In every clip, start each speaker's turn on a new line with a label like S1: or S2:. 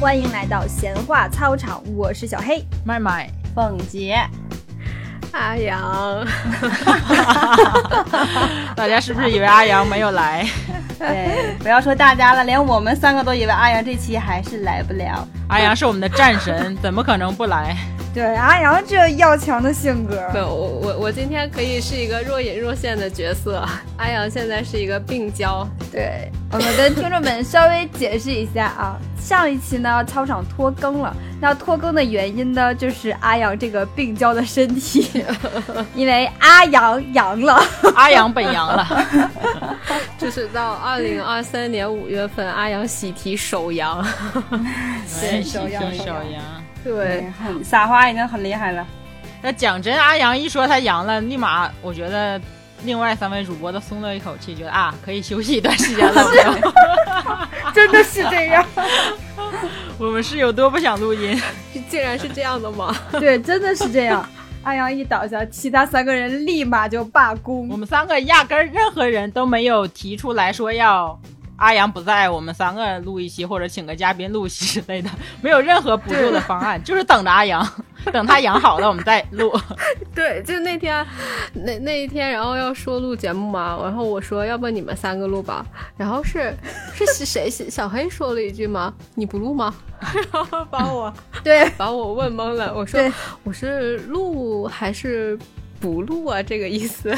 S1: 欢迎来到闲话操场，我是小黑，
S2: 麦麦，
S3: 凤姐，
S1: 阿阳，
S2: 大家是不是以为阿阳没有来？
S3: 对，不要说大家了，连我们三个都以为阿阳这期还是来不了。
S2: 阿阳是我们的战神，怎么可能不 来？
S1: 对，阿阳这要强的性格，
S4: 对我我我今天可以是一个若隐若现的角色，阿阳现在是一个病娇，
S1: 对，我们跟听众们稍微解释一下啊， 上一期呢操场拖更了，那拖更的原因呢，就是阿阳这个病娇的身 体，因为阿阳阳了，
S2: 阿阳本阳 了，
S4: 就是到二零二三年五月份，阿阳喜提首阳，
S2: 哎
S1: 手痒
S2: 手
S1: 手痒
S2: 阳。
S4: 对，
S3: 很撒花已经很厉害了。
S2: 那讲真，阿阳一说他阳了，立马我觉得另外三位主播都松了一口气，觉得啊可以休息一段时间 了。
S1: 真的是这样，
S2: 我们是有多不想录音？
S4: 竟然是这样的吗？
S1: 对，真的是这样。阿阳一倒下，其他三个人立马就罢工
S2: 我。们三个压根儿任何人都没有提出来说要阿阳不在，我们三个录一期或者请个嘉宾录一期之类的，没有任何补救的方案，就是等着阿阳， 等他养好了我们再录。
S4: 对，就那天，那那一天，然后要说录节目嘛，然后我说，要不你们三个录吧，然后是是是谁是小黑说了一句吗？你不录吗？ 然后把我
S1: 对，
S4: 把我问懵了，我说
S1: 对
S4: 我是录还是不录啊？这个意思。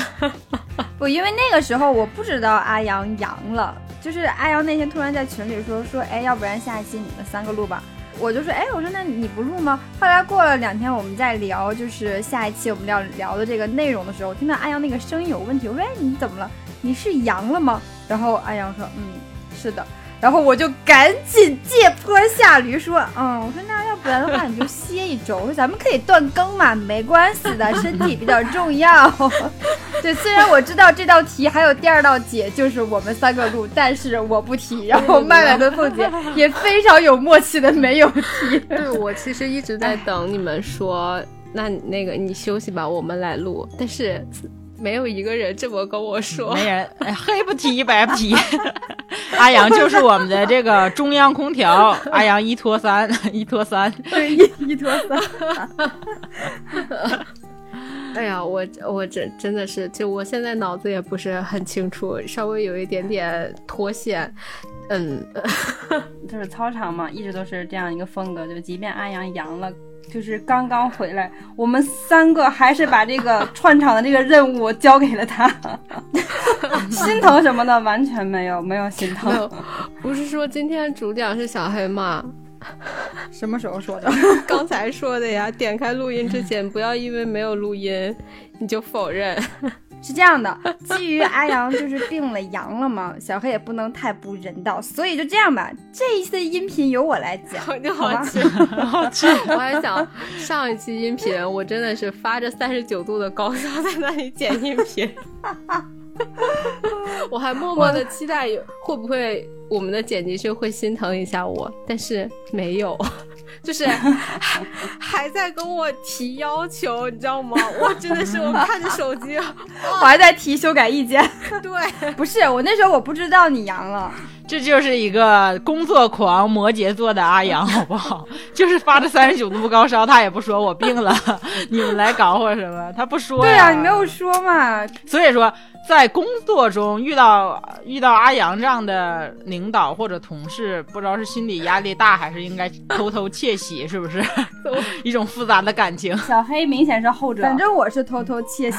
S1: 不，因为那个时候我不知道阿阳阳了，就是阿阳那天突然在群里说说，哎，要不然下一期你们三个录吧。我就说，哎，我说那你不录吗？后来过了两天，我们在聊，就是下一期我们要聊的这个内容的时候，我听到阿阳那个声音有问题，我说，哎，你怎么了？你是阳了吗？然后阿阳说，嗯，是的。然后我就赶紧借坡下驴说，嗯，我说那要不然的话你就歇一周，我说咱们可以断更嘛，没关系的，身体比较重要。对，虽然我知道这道题还有第二道解，就是我们三个录，但是我不提。然后麦麦跟凤姐也非常有默契的没有提。
S4: 对，我其实一 直在等你们说，那你那个你休息吧，我们来录。但是没有一个人这么跟我说
S2: 没。人，哎黑不提白不提。 阿阳就是我们的这个中央空调，阿阳一拖三，一拖三。
S1: 对，一一拖三。
S4: 哎呀，我我真真的是，就我现在脑子也不是很清楚，稍微有一点点脱线。嗯，
S3: 就是操场嘛，一直都是这样一个风格。就即便阿阳阳了，就是刚刚回来，我们三个还是把这个串场的这个任务交给了他。 心疼什么的完全没有，没有心
S4: 没
S3: 疼
S4: 有。，不是说今天主讲是小黑吗？
S1: 什么时候说的？
S4: 刚才说的呀，点开录音之前，不要因为没有录音你就否认。
S1: 是这样的，基于阿阳就是病了阳了嘛，小黑也不能太不人道，所以就这样吧，这一次音频由我来 讲，
S4: 我就
S1: 好
S4: 好
S1: 吧？
S4: 气，好气！ 我还想上一期音频，我真的是发着三十九度的高烧在那里剪音频， 我还默默的期待有会不会我们的剪辑师会心疼一下我，但是没有。 就是还还在跟我提要求，你知道吗？我真的是我看着手机，啊
S1: 我还在提修改意见，
S4: 对，
S1: 不是我那时候我不知道你阳了，
S2: 这就是一个工作狂摩羯座的阿阳，好不好？ 就是发着三十九度高烧，他也不说我病了， 你们来搞我什么？他不说
S1: 对
S2: 呀、
S1: 啊，你没有说嘛，
S2: 所以说，在工作中遇到遇到阿阳这样的领导或者同事，不知道是心理压力大，还是应该偷偷窃喜，是不是一种复杂的感情？
S3: 小黑明显是后者，
S1: 反正我是偷偷窃喜，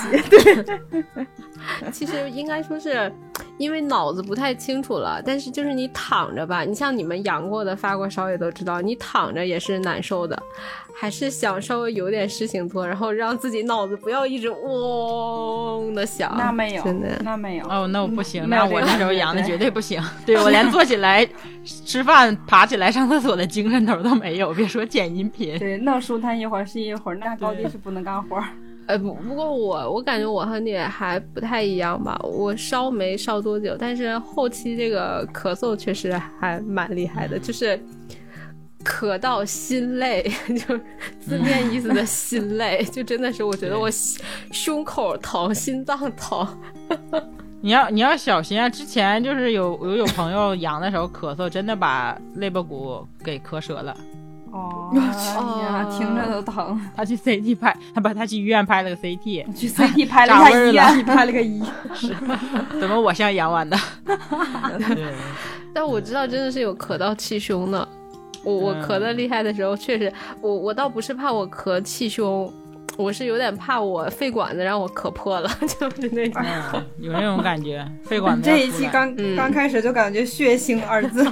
S4: 其实应该说是，因为脑子不太清楚了，但是就是你躺着吧，你像你们阳过的、发过烧也都知道，你躺着也是难受的，还是想稍微有点事情做，然后让自己脑子不要一直嗡的响。
S3: 那没有
S4: 真的，
S3: 那没有。
S2: 哦，那我不行，
S3: 没有
S2: 那
S3: 这
S2: 我
S3: 个
S2: 那时候阳的绝对不行，对我连坐起来、吃饭、爬起来、上厕所的精神头都没有，别说剪音频。
S3: 对，那舒坦一会儿是一会儿，那高低
S2: 对
S3: 是不能干活儿。
S4: 呃，不不过我我感觉我和你还不太一样吧，我烧没烧多久，但是后期这个咳嗽确实还蛮厉害的，就是。咳到心累， 就字面意思的心累，就真的是我觉得我心胸口疼、心脏疼，
S2: 你要你要小心啊！之前就是有有有朋友阳的时候咳嗽，真的把肋巴骨给咳折了。
S3: 哦，
S4: 哦
S3: 呀，听着都疼。
S2: 他去 CT 拍，他把他去医院拍了个 CT，
S3: 去 CT 拍了
S2: 长味
S3: 一下
S2: 儿
S3: 医
S2: 了
S3: 院，拍了个医。
S2: 怎么我像阳完的？
S4: 但我知道真的是有咳到气胸的。我我
S2: 嗯
S4: 咳的厉害的时候，确实，我我倒不是怕我咳气胸，我是有点怕我肺管子让我咳破了， 就是那种。
S2: 嗯有那种感觉，肺管子要
S5: 这一
S2: 出
S5: 期
S2: 来
S5: 刚
S4: 嗯
S5: 刚开始就感觉血腥二字，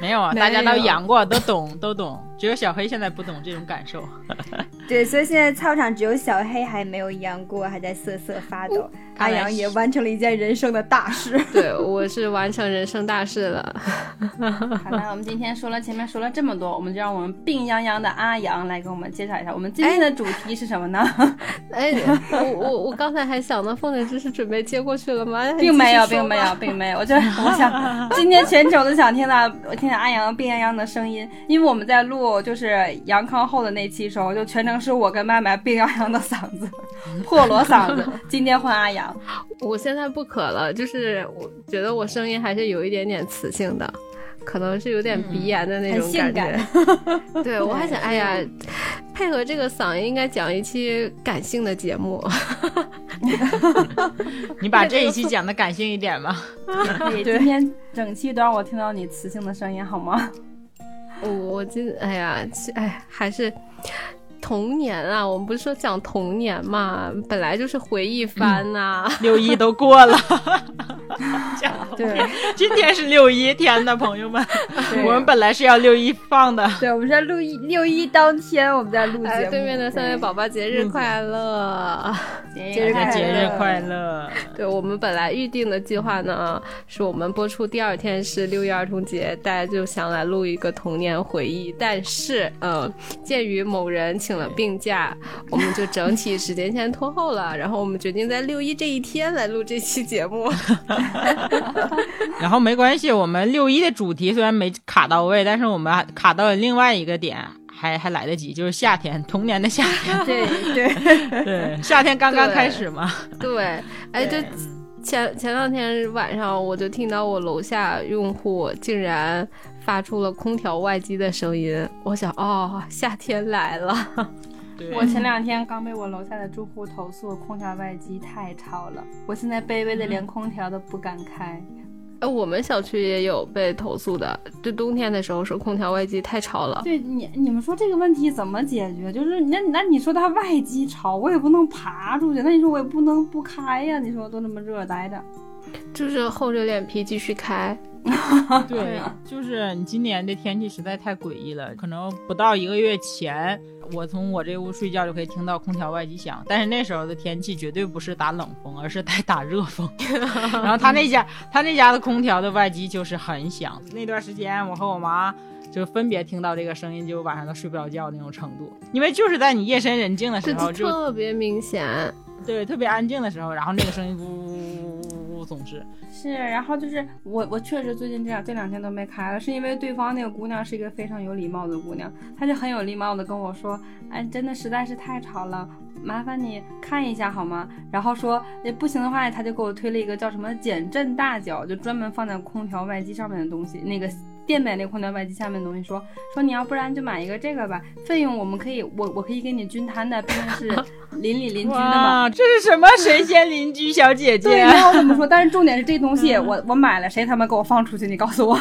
S2: 没有啊，
S3: 没
S2: 大家都
S3: 有
S2: 阳过，都懂都懂，只有小黑现在不懂这种感受。
S1: 对，所以现在操场只有小黑还没有阳过，还在瑟瑟发
S5: 哦
S1: 抖。阿
S2: 看来
S1: 阳
S2: 是
S1: 也完成了一件人生的大事。
S4: 对，我是完成人生大事了。
S3: 好的，我们今天说了前面说了这么多，我们就让我们病殃殃的阿阳来给我们介绍一下我们今天的主题是什么呢？
S4: 哎，我我我刚才还想呢，凤姐这是准备接过去了吗？哎
S3: 并没有，
S4: 继续
S3: 并
S4: 说吧
S3: 没有，并没有。我就我想今天全程都想听到我听到阿阳病殃殃的声音，因为我们在录就是杨康后的那期时候，就全程是我跟麦麦病殃殃的嗓子，破锣嗓子。今天换阿阳，
S4: 我现在不渴了，就是我觉得我声音还是有一点点磁性的，可能是有点鼻炎的那种
S3: 嗯很性
S4: 感觉。 对，我 还想，哎呀，配合这个嗓音，应该讲一期感性的节目。
S2: 你把这一期讲的感性一点吧。
S3: 对，今天整期都让我听到你磁性的声音好吗？
S4: 我我今哎呀，其哎还是童年啊，我们不是说讲童年嘛，本来就是回忆番呐、
S2: 六一都过了，
S3: 对，
S2: 今天是六一，天呐，朋友们，
S3: 对
S2: 我们本来是要六一放的，
S1: 对，我们在录一六一当天，我们在录节目。嗯
S4: 哎，对面的三位宝宝节日快 乐！
S3: 节
S2: 这个
S3: 日快乐
S2: 节日快乐。
S4: 对我们本来预定的计划呢，是我们播出第二天是六一儿童节，大家就想来录一个童年回忆。但是，呃，鉴于某人请了病假，我们就整体时间线拖后了。然后我们决定在六一这一天来录这期节目。
S2: 然后没关系，我们六一的主题虽然没卡到位，但是我们还卡到了另外一个点，还还来得及，就是夏天，童年的夏天，
S1: 对对，
S2: 对，夏天刚刚开始嘛。
S4: 对，哎，就前前两天晚上，我就听到我楼下用户竟然发出了空调外机的声音，我想，哦，夏天来了。
S2: 对
S3: 我前两天刚被我楼下的住户投诉空调外机太吵了，我现在卑微的连空调都不敢开。
S4: 哎，我们小区也有被投诉的，就冬天的时候说空调外机太吵了。
S3: 对你，你们说这个问题怎么解决？就是那那你说它外机吵，我也不能爬出去，那你说我也不能不开呀？你说都这么热待着，
S4: 就是厚着脸皮继续开。
S2: 对，啊就是你今年的天气实在太诡异了，可能不到一个月前，我从我这屋睡觉就可以听到空调外机响，但是那时候的天气绝对不是打冷风，而是在打热风。 然后他那家他那家的空调的外机就是很响，那段时间我和我妈。就分别听到这个声音，就晚上都睡不着觉那种程度，因为就是在你夜深人静的时
S4: 这
S2: 候，
S4: 就
S2: 就
S4: 特别明显，
S2: 对特别安静的时候，然后那个声音呜呜呜呜呜，总是
S3: 是，然后就是我，我确实最近这两这两天都没开了，是因为对方那个姑娘是一个非常有礼貌的姑娘，她就很有礼貌的跟我说，哎，真的实在是太吵了，麻烦你看一下好吗？然后说，哎，不行的话，她就给我推了一个叫什么减震大脚，就专门放在空调外机上面的东西，那个。垫在那个空调外机下面的东西说说你要不然就买一个这个吧，费用我们可以我我可以给你均摊的，毕竟是邻里邻居的嘛。
S2: 哇，这是什么神仙邻居小姐姐？啊
S3: 对，没有怎么说，但是重点是这东
S1: 嗯
S3: 西我我买了，谁他妈给我放出去？你告诉我，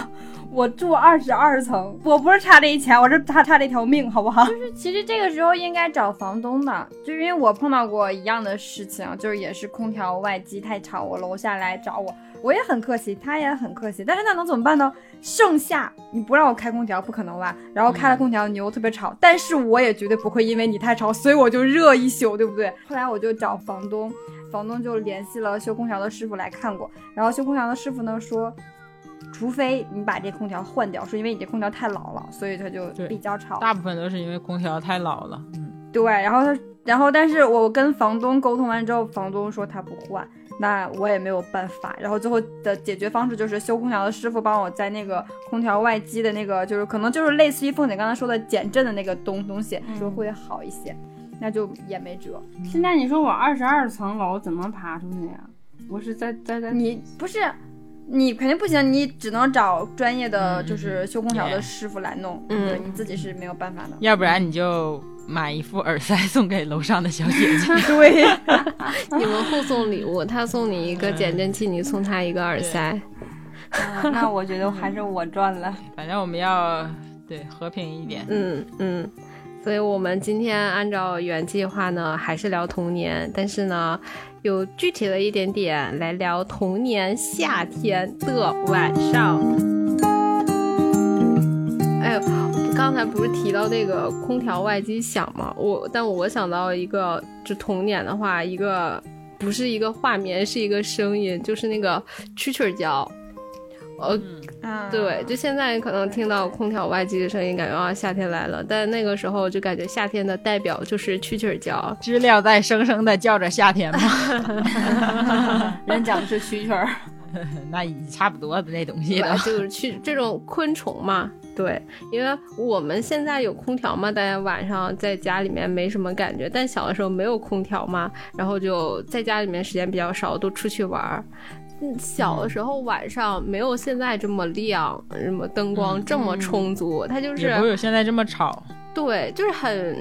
S3: 我住二十二层，我不是差这一钱，我是差差这条命，好不好？
S1: 其实这个时候应该找房东的，就因为我碰到过一样的事情，啊就是也是空调外机太吵，我楼下来找我，我也很客气，他也很客气，但是那能怎么办呢？盛夏你不让我开空调，不可能吧？然后
S3: 嗯
S1: 开了空调，你又特别吵，但是我也绝对不会因为你太吵，所以我就热一宿，对不对？后来我就找房东，房东就联系了修空调的师傅来看过，然后修空调的师傅呢说。除非你把这空调换掉，说因为你这空调太老了，所以它就
S2: 对
S1: 比较吵。
S2: 大部分都是因为空调太老了。嗯，
S1: 对，然后他，然后但是我跟房东沟通完之后，房东说他不换，那我也没有办法。然后最后的解决方式就是修空调的师傅帮我在那个空调外机的那个，就是可能就是类似于凤姐刚才说的减震的那个东东西，说会好一些。那就也没辙，
S3: 现在你说我二十二层楼怎么爬出去呀、不是在在在
S1: 你不是，你肯定不行，你只能找专业的，
S2: 嗯
S1: 就是修空调
S2: 也
S1: 的师傅来弄，
S4: 嗯
S1: 对你自己是没有办法的。
S2: 要不然你就买一副耳塞送给楼上的小姐 姐。
S1: 对，
S4: 你们互送礼物，他送你一个减震器，你送他一个耳塞。
S3: 啊那我觉得还是我赚了。
S2: 反正我们要对和平一点。
S4: 嗯嗯，所以我们今天按照原计划呢，还是聊童年，但是呢，有具体了一点点来聊童年夏天的晚上。哎，刚才不是提到那个空调外机响吗？我但我想到一个，就童年的话，一个不是一个画面，是一个声音，就是那个蛐蛐儿叫。呃，
S1: 嗯，
S4: 对，就现在可能听到空调外机的声音，感觉啊夏天来了，但那个时候就感觉夏天的代表就是蛐蛐儿叫。
S2: 知了在生生的叫着夏天吗？
S3: 人讲的是蛐蛐儿，
S2: 那已差不多的这东西
S4: 对吧
S2: 了。
S4: 就是去这种昆虫嘛。对，因为我们现在有空调嘛，大家晚上在家里面没什么感觉，但小的时候没有空调嘛，然后就在家里面时间比较少，都出去玩儿。嗯，小的时候晚上没有现在这么亮，什么灯光这么充足，它啊就
S2: 嗯
S4: 是
S2: 也不会有现在这么吵。
S4: 对，就是很，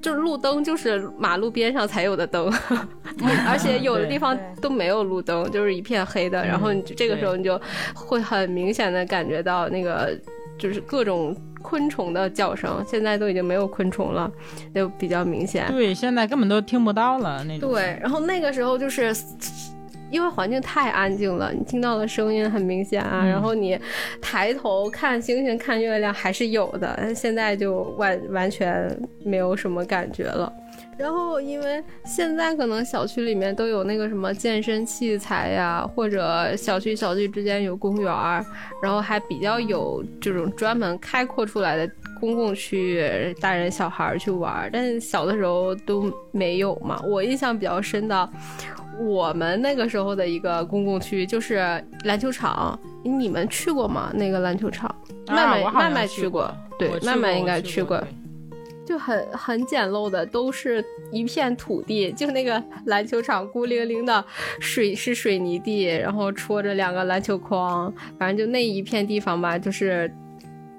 S4: 就是路灯就是马路边上才有的灯， 嗯而且有的地方
S1: 对
S4: 都没有路灯，就是一片黑的。然后你就这个时候你就会很明显的感觉到那个就是各种昆虫的叫声，现在都已经没有昆虫了，就比较明显。
S2: 对，现在根本都听不到了那种。啊
S4: 对，然后那个时候就是。因为环境太安静了，你听到的声音很明显啊。
S2: 嗯
S4: 然后你抬头看星星、看月亮还是有的，但现在就完完全没有什么感觉了。然后因为现在可能小区里面都有那个什么健身器材呀，或者小区小区之间有公园儿，然后还比较有这种专门开阔出来的公共区域，大人小孩儿去玩儿。但是小的时候都没有嘛。我印象比较深的，我们那个时候的一个公共区就是篮球场，你们去过吗？那个篮球场，
S2: 啊
S4: 麦麦
S2: 我好像
S4: 麦麦去
S2: 去过
S4: 过，对
S2: 我，去
S4: 麦
S2: 过
S4: 麦
S2: 我
S4: 应该
S2: 去
S4: 去
S2: 过
S4: 过。。就很很简陋的，都是一片土地，就那个篮球场孤零零的水是水泥地，然后戳着两个篮球框，反正就那一片地方吧，就是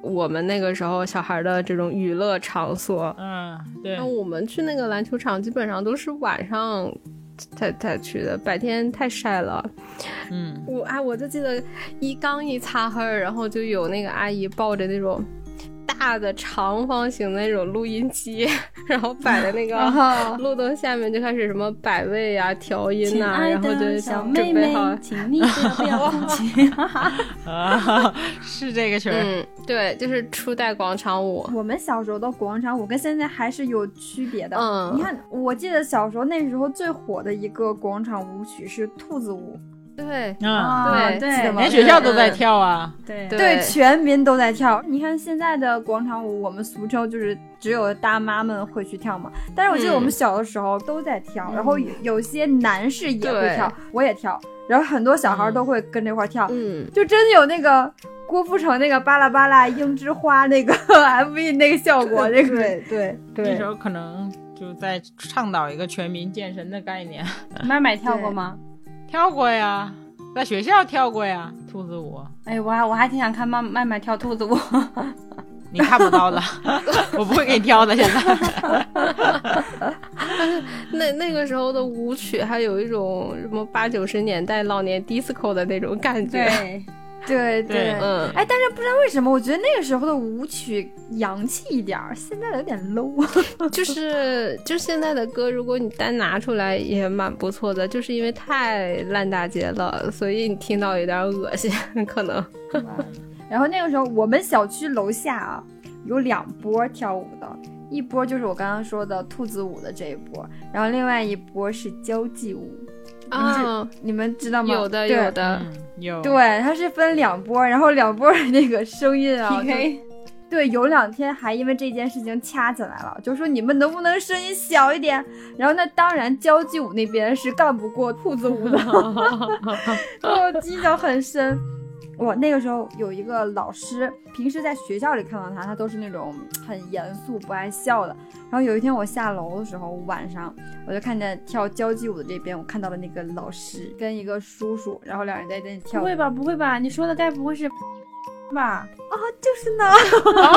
S4: 我们那个时候小孩的这种娱乐场所。
S2: 嗯，对
S4: 那，我们去那个篮球场，基本上都是晚上才才去的，白天太晒了。
S2: 嗯，
S4: 我啊，我就记得一刚一擦黑儿，然后就有那个阿姨抱着那种大的长方形的那种录音机，然后摆在那
S1: 然
S4: 个
S1: 后
S4: 路灯下面，就开始什么摆位啊、调音
S3: 亲
S4: 呐、
S3: 爱
S4: 然后就
S3: 的小妹
S4: 准备
S3: 妹
S4: 好，
S3: 请你不要哭泣。
S2: 啊， 是这个曲儿。
S4: 嗯，对，就是初代广场舞。
S1: 我们小时候的广场舞跟现在还是有区别的。
S4: 嗯
S1: 你看，我记得小时候那时候最火的一个广场舞曲是兔子舞，
S4: 对，
S2: 嗯，
S1: 啊
S3: 对
S1: 记得吗
S2: 连学校都在跳啊。
S3: 对
S4: 对
S1: 对，全民都在跳。你看现在的广场舞，我们俗称就是只有大妈们会去跳嘛。但是我记得
S4: 嗯
S1: 我们小的时候都在跳，然后有有些男士也会
S4: 对
S1: 跳，我也跳，然后很多小孩
S2: 嗯
S1: 都会跟着一块儿跳，
S4: 嗯，
S1: 就真的有那个郭富城那个巴拉巴拉樱之花那个 MV 那个效果，那个
S5: 对对
S2: 那时
S5: 对，
S2: 候可能就在倡导一个全民健身的概念。
S3: 麦麦跳过吗？
S2: 跳过呀，在学校跳过呀，兔子舞。
S3: 哎，我还我还挺想看麦麦麦跳兔子舞。
S2: 你看不 到了，我不会给你挑的。现在，
S4: 那那个时候的舞曲还有一种什么八九十年代老年 disco 的那种感觉。
S3: 对，
S1: 对
S2: 对
S4: 嗯，
S1: 哎，但是不知道为什么，我觉得那个时候的舞曲洋气一点儿，现在的有点 low。
S4: 就是就是现在的歌，如果你单拿出来也蛮不错的，就是因为太烂大街了，所以你听到有点恶心，可能。
S1: 然后那个时候，我们小区楼下啊有两波跳舞的，一波就是我刚刚说的兔子舞的这一波，然后另外一波是交际舞，
S4: 啊，
S1: 你们知道吗？
S4: 有的
S1: 对
S4: 有。的，
S2: 嗯，有
S1: 对，它是分两波，然后两波那个声音啊
S3: PK
S1: 就对，有两天还因为这件事情掐起来了，就说你们能不能声音小一点？然后那当然交际舞那 边是干不过兔子舞的，给我印象很深。我那个时候有一个老师，平时在学校里看到他，他都是那种很严肃、不爱笑的。然后有一天我下楼的时候，晚上我就看见跳交际舞的这边，我看到了那个老师跟一个叔叔，然后两人在那跳舞。
S3: 不会吧？不会吧？你说的该不会是吧？
S1: 就是呢，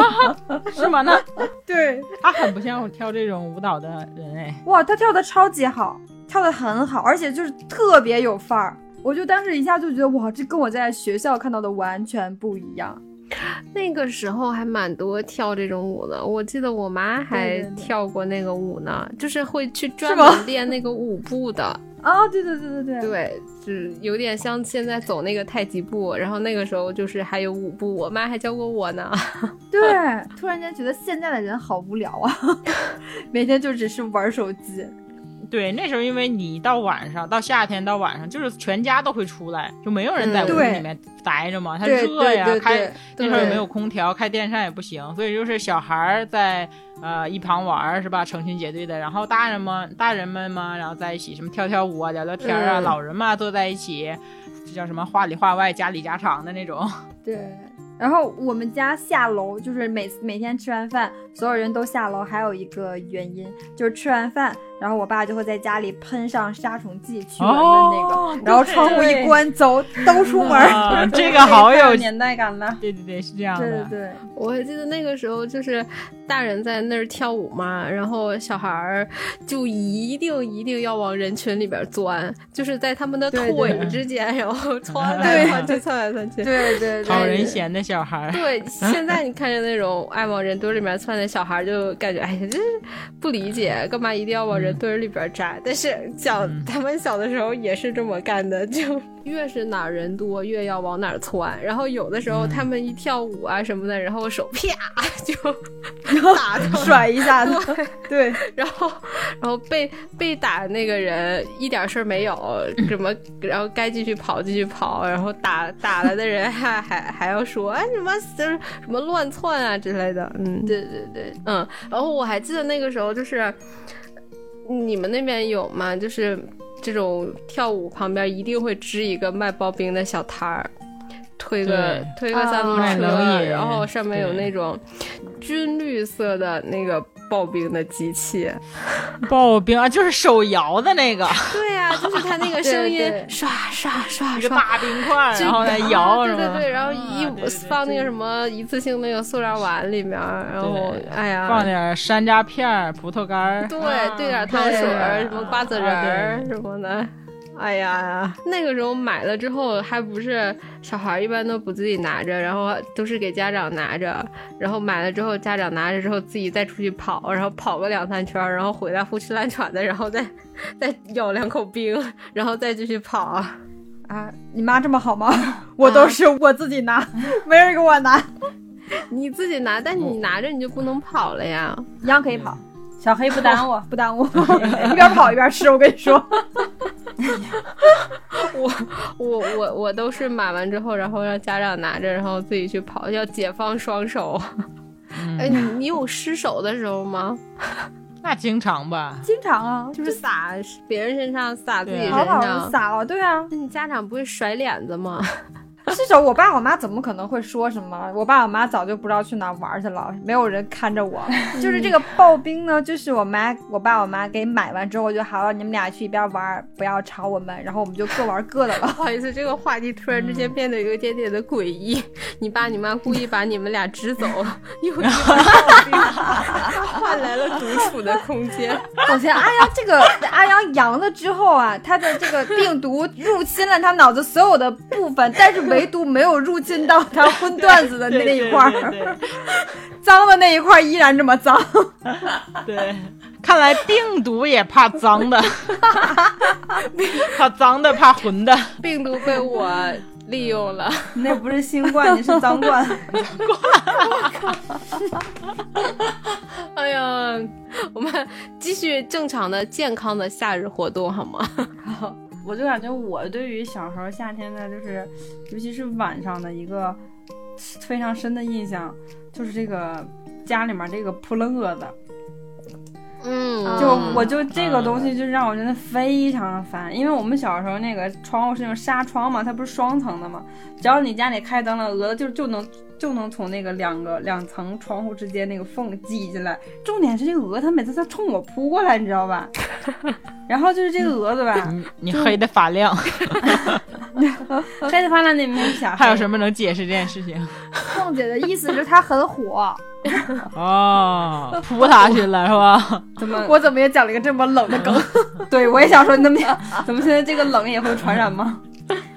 S2: 是吗？ 那
S1: 对，
S2: 他很不像跳这种舞蹈的人哎。
S1: 哇，他跳的超级好，跳的很好，而且就是特别有范儿。我就当时一下就觉得，哇，这跟我在学校看到的完全不一样。
S4: 那个时候还蛮多跳这种舞的，我记得我妈还
S1: 对对对
S4: 跳过那个舞呢，就是会去专
S1: 吗
S4: 门练那个舞步的，
S1: 啊，对对对对对，
S4: 对，就是有点像现在走那个太极步，然后那个时候就是还有舞步，我妈还教过我呢。
S2: 呃
S1: 对，突然间觉得现在的人好无聊啊， 每天就只是玩手机。
S2: 对，那时候因为你到晚上，到夏天到晚上，就是全家都会出来，就没有人在
S4: 嗯
S2: 屋
S1: 对
S2: 里面待着嘛，它
S1: 对
S2: 热
S1: 对
S2: 呀，
S1: 对
S2: 开
S1: 对，
S2: 那时候也
S4: 对
S2: 没有空调，开电扇也不行，所以就是小孩儿在呃一旁玩儿是吧，成群结队的，然后大人们大人们嘛，然后在一起什么跳跳舞啊、聊聊天儿啊，
S4: 嗯
S2: 老人嘛坐在一起，这叫什么话里话外、家里家常的那 种。
S1: 对。然后我们家下楼就是每每天吃完饭，所有人都下楼，还有一个原因就是吃完饭，然后我爸就会在家里喷上杀虫剂驱蚊的那个，
S2: 哦
S1: 然后窗户一关，走都出门儿。
S2: 啊，这个好
S3: 太
S2: 有
S3: 有年代感了。
S2: 对对对，是这样
S1: 对对
S2: 的。
S1: 对，
S4: 我还记得那个时候就是大人在那儿跳舞嘛，然后小孩儿就一定一定要往人群里边钻，就是在他们的
S1: 对对
S4: 腿之间，然后窜来窜去，窜来窜去。
S1: 对对
S2: 讨
S1: 对，
S2: 人嫌的小孩儿，
S4: 对，现在你看着那种爱往人堆里面窜的小孩，就感觉哎呀，这不理解，干嘛一定要往人堆里边扎？但是小
S2: 嗯
S4: 他们小的时候也是这么干的，就 越是哪儿人多，越要往哪儿窜。然后有的时候
S2: 嗯
S4: 他们一跳舞啊什么的，然后手啪 就打到
S1: 甩一下子，对，
S4: 然后，然后被被打那个人一点事儿没有，什么，然后该继续跑继续跑，然后打打了的人还还还要说，哎，什么就是什么乱窜啊之类的，嗯，
S1: 对对对，
S4: 嗯，然后我还记得那个时候就是，你们那边有吗？就是这种跳舞旁边一定会支一个卖刨冰的小摊儿，推个推个三轮
S1: 啊
S2: 卖
S4: 车，
S2: 冷饮
S4: 然后上面有
S2: 对
S4: 那种军绿色的那个刨冰的机器。
S2: 刨冰啊，就是手摇的那 个，
S4: 对呀、就是它那个
S1: 对
S4: 声音
S1: 对
S4: 刷刷刷
S2: 一个
S4: 刷。
S2: 大冰 块，
S4: 就
S2: 然后再摇
S4: 啊
S2: 什
S4: 对
S2: 么
S4: 对
S2: 的，
S4: 对，然后
S2: 啊
S4: 一
S2: 对对对
S4: 放那个什么一次性那个塑料碗里面，然后
S2: 对
S4: 哎呀，
S2: 放点山楂片儿、葡萄干 儿，
S4: 对，兑点汤
S1: 对
S4: 水儿，什么瓜子仁
S2: 啊
S4: 儿什么的。哎呀，那个时候买了之后，还不是小孩儿一般都不自己拿着，然后都是给家长拿着，然后买了之后家长拿着之后自己再出去跑，然后跑个两三圈儿，然后回来胡吃乱喘的，然后再再咬两口冰，然后再继续跑。
S1: 啊，你妈这么好吗？我都是我自己拿，没人给我拿，
S4: 你自己拿，但你拿着你就不能跑了呀。
S1: 一样可以跑，，
S3: 小黑不 耽误
S1: 不耽误， 一边跑一边吃，我跟你说。
S4: 我我我都是买完之后，然后让家长拿着，然后自己去跑，要解放双手。
S2: 嗯
S4: 哎，你你有失手的时候吗？
S2: 那经常吧。
S1: 经常啊，
S4: 就是撒别人身上，撒自己
S2: 对
S4: 身
S2: 啊
S1: 跑跑就
S4: 上。
S1: 撒了，对啊，
S4: 那你家长不会甩脸子吗？
S1: 至少我爸我妈怎么可能会说什么？我爸我妈早就不知道去哪儿玩去了，没有人看着 我。就是这个刨冰呢，就是我妈我爸我妈给买完之后，我就好了，你们俩去一边玩，不要吵我们，然后我们就各玩各的 了。
S4: 不好意思，这个话题突然之
S2: 嗯
S4: 间变得有一点点的诡异。你爸你妈故意把你们俩支走，又一换到 冰换来了独处的空间。
S1: 首先，阿阳这个阿阳阳了之后啊，他的这个病毒入侵了他脑子所有的部分，但是唯独没有入侵到他荤段子的那那一块
S2: 对
S1: 儿，
S2: 对
S1: 脏的那一块儿依然这么脏。
S2: 对对， 看来病毒也怕脏 的，怕脏的，怕浑的。
S4: 病毒被我利用了。
S5: 你那不是新 冠，你是脏冠。
S4: 哎呀，我们继续正常的、健康的夏日活动好吗？
S3: 我就感觉我对于小时候夏天的，就是尤其是晚上的一个非常深的印象，就是这个家里面这个扑棱蛾子。
S4: 嗯
S3: 就
S1: 嗯
S3: 我就这个东西就让我真的非常烦，因为我们小时候那个窗户是那种纱窗嘛，它不是双层的嘛，只要你家里开灯了，蛾子就就能就能从那个两个两层窗户之间那个缝挤进来。重点是这个蛾它每次它冲我扑过来，你知道吧？ 然后就是这个蛾子吧，
S1: 嗯
S2: 你你黑的发亮，
S3: 黑的发亮那没想
S2: 还有什么能解释这件事情？
S1: 凤姐的意思是她很火，嗯
S2: 哦，扑他去了是吧？
S3: 怎么
S1: 我怎么也讲了一个这么冷的梗？
S3: 对，我也想说，你怎么 怎么现在这个冷也会传染吗？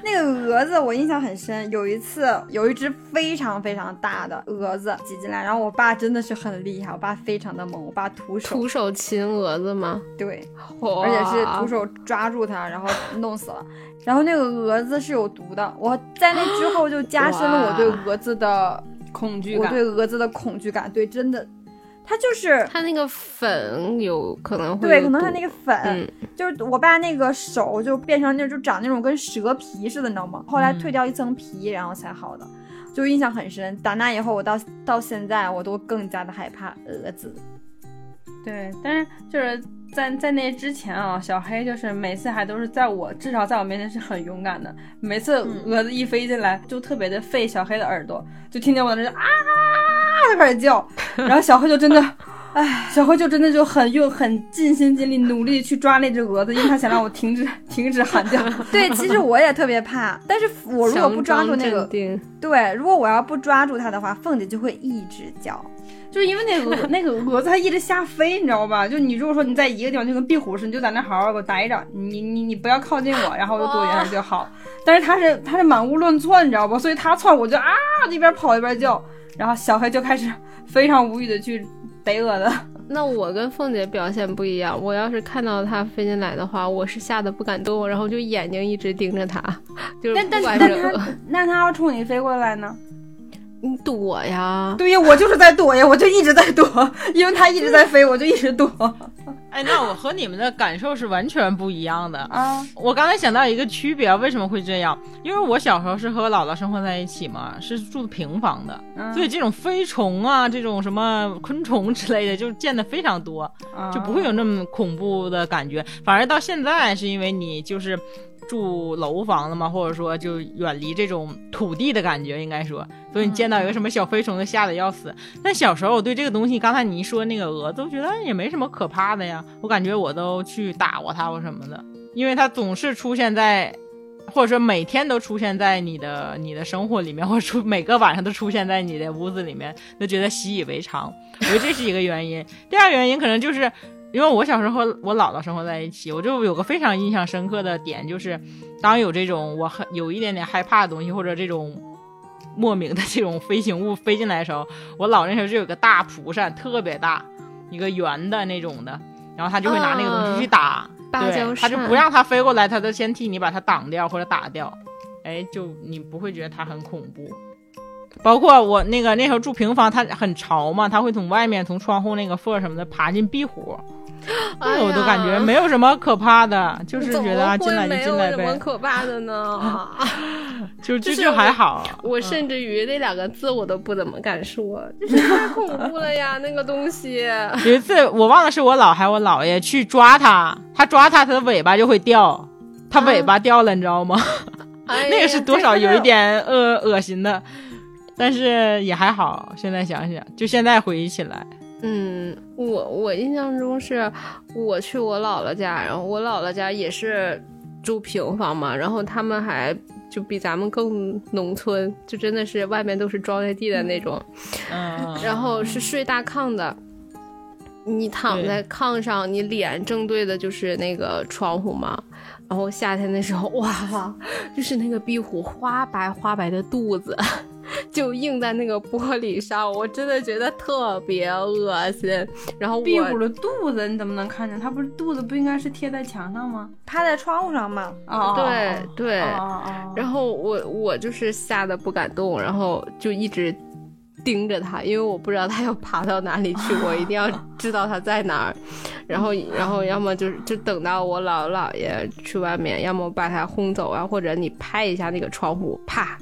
S1: 那个蛾子我印象很深，有一次有一只非常非常大的蛾子挤进来，然后我爸真的是很厉害，我爸非常的猛，我爸徒手
S4: 徒手擒蛾子吗？
S1: 对，
S4: 而
S1: 而且是徒手抓住它，然后弄死了。然后那个蛾子是有毒的，我在那之后就加深了我对
S4: 哇
S1: 蛾子的
S3: 恐惧
S1: 我
S3: 感
S1: 对。蛾子的恐惧感。对，真的，它就是
S4: 它那个粉有可能会
S1: 对，
S4: 有
S1: 可能它
S4: 毒
S1: 那个粉、
S4: 嗯
S1: 就是我爸那个手就变成那种长那种跟蛇皮似的，你知道吗？后来
S2: 嗯
S1: 蜕掉一层皮，然后才好的，就印象很深。打那以后，我到到现在我都更加的害怕蛾子。
S3: 对，但是就是在在那之前啊，小黑就是每次还都是在我至少在我面前是很勇敢的。每次蛾子一飞进来，就特别的费小黑的耳朵，就听见我在这啊就开始叫，然后小黑就真的。哎，小黑就真的就很用很尽心尽力努力去抓那只蛾子，因为他想让我停止停止喊叫。
S1: 对，其实我也特别怕，但是我如果不抓住那
S4: 强
S1: 个
S4: 装镇，定
S1: 对，如果我要不抓住它的话，凤姐就会一直叫。
S3: 就是因为那个那个蛾子它一直瞎飞，你知道吧？就你如果说你在一个地方就跟壁虎似的，你就在那好好给我待着，你你你不要靠近我，然后我就躲远点就好。但是它是它是满屋乱窜，你知道吧？所以它窜我就啊一边跑一边叫，然后小黑就开始非常无语的去逮蛾子。
S4: 那我跟凤姐表现不一样，我要是看到它飞进来的话，我是吓得不敢动，然后就眼睛一直盯着它， 就是
S3: 但
S4: 不
S3: 但
S4: 管
S3: 但
S4: 是
S3: 它
S4: 鹅
S3: 那它要冲你飞过来呢？
S4: 你躲呀。
S3: 对呀，我就是在躲呀，我就一直在躲，因为它一直在飞，我就一直躲
S2: 哎，那我和你们的感受是完全不一样的。
S3: 啊。
S2: 我刚才想到一个区别，啊为什么会这样？因为我小时候是和姥姥生活在一起嘛，是住平房的，
S3: 嗯
S2: 所以这种飞虫啊，这种什么昆虫之类的，就见的非常多，就不会
S3: 哦
S2: 有那么恐怖的感觉。反而到现在，是因为你就是住楼房了嘛，或者说就远离这种土地的感觉，应该说，所以你见到一个什么小飞虫就吓得要死。但小时候我对这个东西，刚才你一说那个蛾子，我觉得哎也没什么可怕的呀，我感觉我都去打过它或什么的，因为它总是出现在。或者说每天都出现在你的你的生活里面，或者出每个晚上都出现在你的屋子里面，就觉得习以为常。我觉得这是一个原因。第二个原因可能就是因为我小时候和我姥姥生活在一起，我就有个非常印象深刻的点，就是当有这种我很有一点点害怕的东西，或者这种莫名的这种飞行物飞进来的时候，我姥那时候就有个大蒲扇，特别大，一个圆的那种的，然后他就会拿那个东西去打，
S4: 芭蕉
S2: 对，他就
S4: 扇
S2: 不让它飞过来，他就先替你把它挡掉或者打掉，哎，就你不会觉得它很恐怖。包括我那个那时候住平房，它很潮嘛，它会从外面从窗户那个缝儿什么的爬进壁虎，
S4: 哎
S2: 那我都感觉
S4: 呀
S2: 没有什么可怕的，就是
S4: 怎
S2: 觉得
S4: 么
S2: 啊，进
S4: 会
S2: 来就
S4: 没
S2: 进
S4: 有
S2: 来
S4: 什么
S2: 呗，
S4: 可怕的呢？
S2: 就就
S4: 就
S2: 是就还 好。
S4: 我甚至于那两个字我都不怎么敢说， 就是太恐怖了呀，那个东西。哎
S2: 有一次我忘了是我姥还是我姥爷去抓它，它抓它，它的尾巴就会掉，它尾巴掉了，你知道吗？
S4: 哎呀、
S2: 那个是多少
S4: 这
S2: 有一点恶恶心的，但是也还好。现在想想，就现在回忆起来，
S4: 嗯，我我印象中是我去我姥姥家，然后我姥姥家也是住平房嘛，然后他们还就比咱们更农村，就真的是外面都是庄稼地的那种，
S2: 嗯，
S4: 然后是睡大炕的。你躺在炕上，你脸正对的就是那个窗户嘛。然后夏天的时候，哇，就是那个壁虎花白花白的肚子， 就映在那个玻璃上，我真的觉得特别恶心。然后我
S3: 壁虎的肚子你怎么能看见？它不是肚子不应该是贴在墙上吗？
S1: 趴在窗户上嘛，
S3: 哦，
S4: 对对，
S3: 哦哦
S4: 然后我我就是吓得不敢动，然后就一直盯着它，因为我不知道它要爬到哪里去，我一定要知道它在哪儿。然后然后要么就是就等到我姥姥姥爷去外面，要么把它轰走啊，或者你拍一下那个窗户，啪，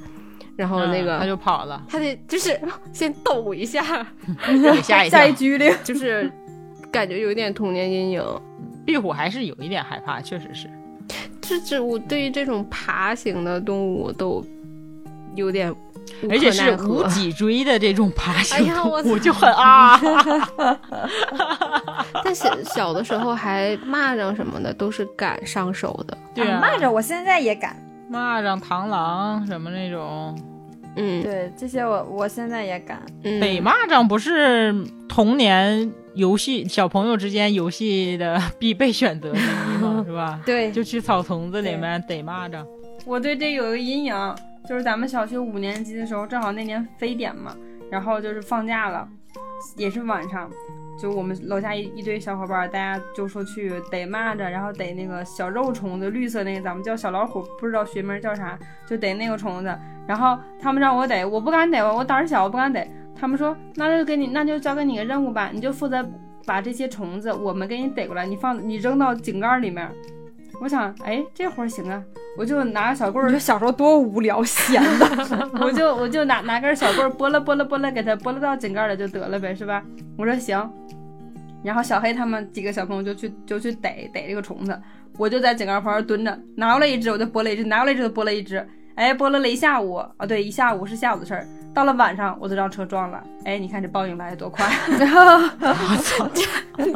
S4: 然后哦那个、
S2: 嗯他就跑了，
S4: 它得就是先抖一下，
S2: 吓一跳
S3: 下一。局灵，
S4: 就是感觉有点童年阴影。
S2: 壁虎还是有一点害怕，确实是。
S4: 这这我对于这种爬行的动物都有点无
S2: 而且
S4: 可
S2: 是
S4: 奈何
S2: 无脊椎的这种 爬行
S4: 哎呀
S2: 动
S4: 我
S2: 物就 很啊，
S4: 但小小的时候还蚂蚱什么的都是敢上手的，
S2: 对啊，
S1: 蚂蚱我现在也敢，
S2: 蚂蚱、螳螂什么那种。
S4: 嗯
S1: 对这些我我现在也敢。
S4: 嗯，
S2: 北蚂蚱不是童年游戏小朋友之间游戏的 必备选择之一 吗？是吧？
S1: 对，
S2: 就去草丛子里面逮蚂蚱。
S3: 我对这有一个阴影，就是咱们小学五年级的时候，正好那年非典嘛，然后就是放假了，也是晚上，就我们楼下一一堆小伙伴儿，大家就说去逮蚂蚱，然后逮那个小肉虫子，绿色那个，咱们叫小老虎，不知道学名叫啥，就逮那个虫子。然后他们让我逮，我不敢逮，我我胆儿小，我不敢逮。他们说，那就给你，那就交给你个任务吧，你就负责把这些虫子，我们给你逮过来，你放，你扔到井盖儿里面。我想，哎，这活儿行啊，我就拿小棍
S1: 你
S3: 儿
S1: 说小时候多无聊，闲的。
S3: 我就我就拿拿根小棍儿拨拉拨拉拨拉，给它拨拉到井盖里就得了呗，是吧？我说行。然后小黑他们几个小朋友就去就去逮逮这个虫子，我就在井盖旁边蹲着，拿过来一只我就拨了一只，拿过来一只就拨了一只，哎，拨了了一下午啊，对，一下午是下午的事儿。到了晚上我就让车撞了，哎，你看这报应来的多快！啊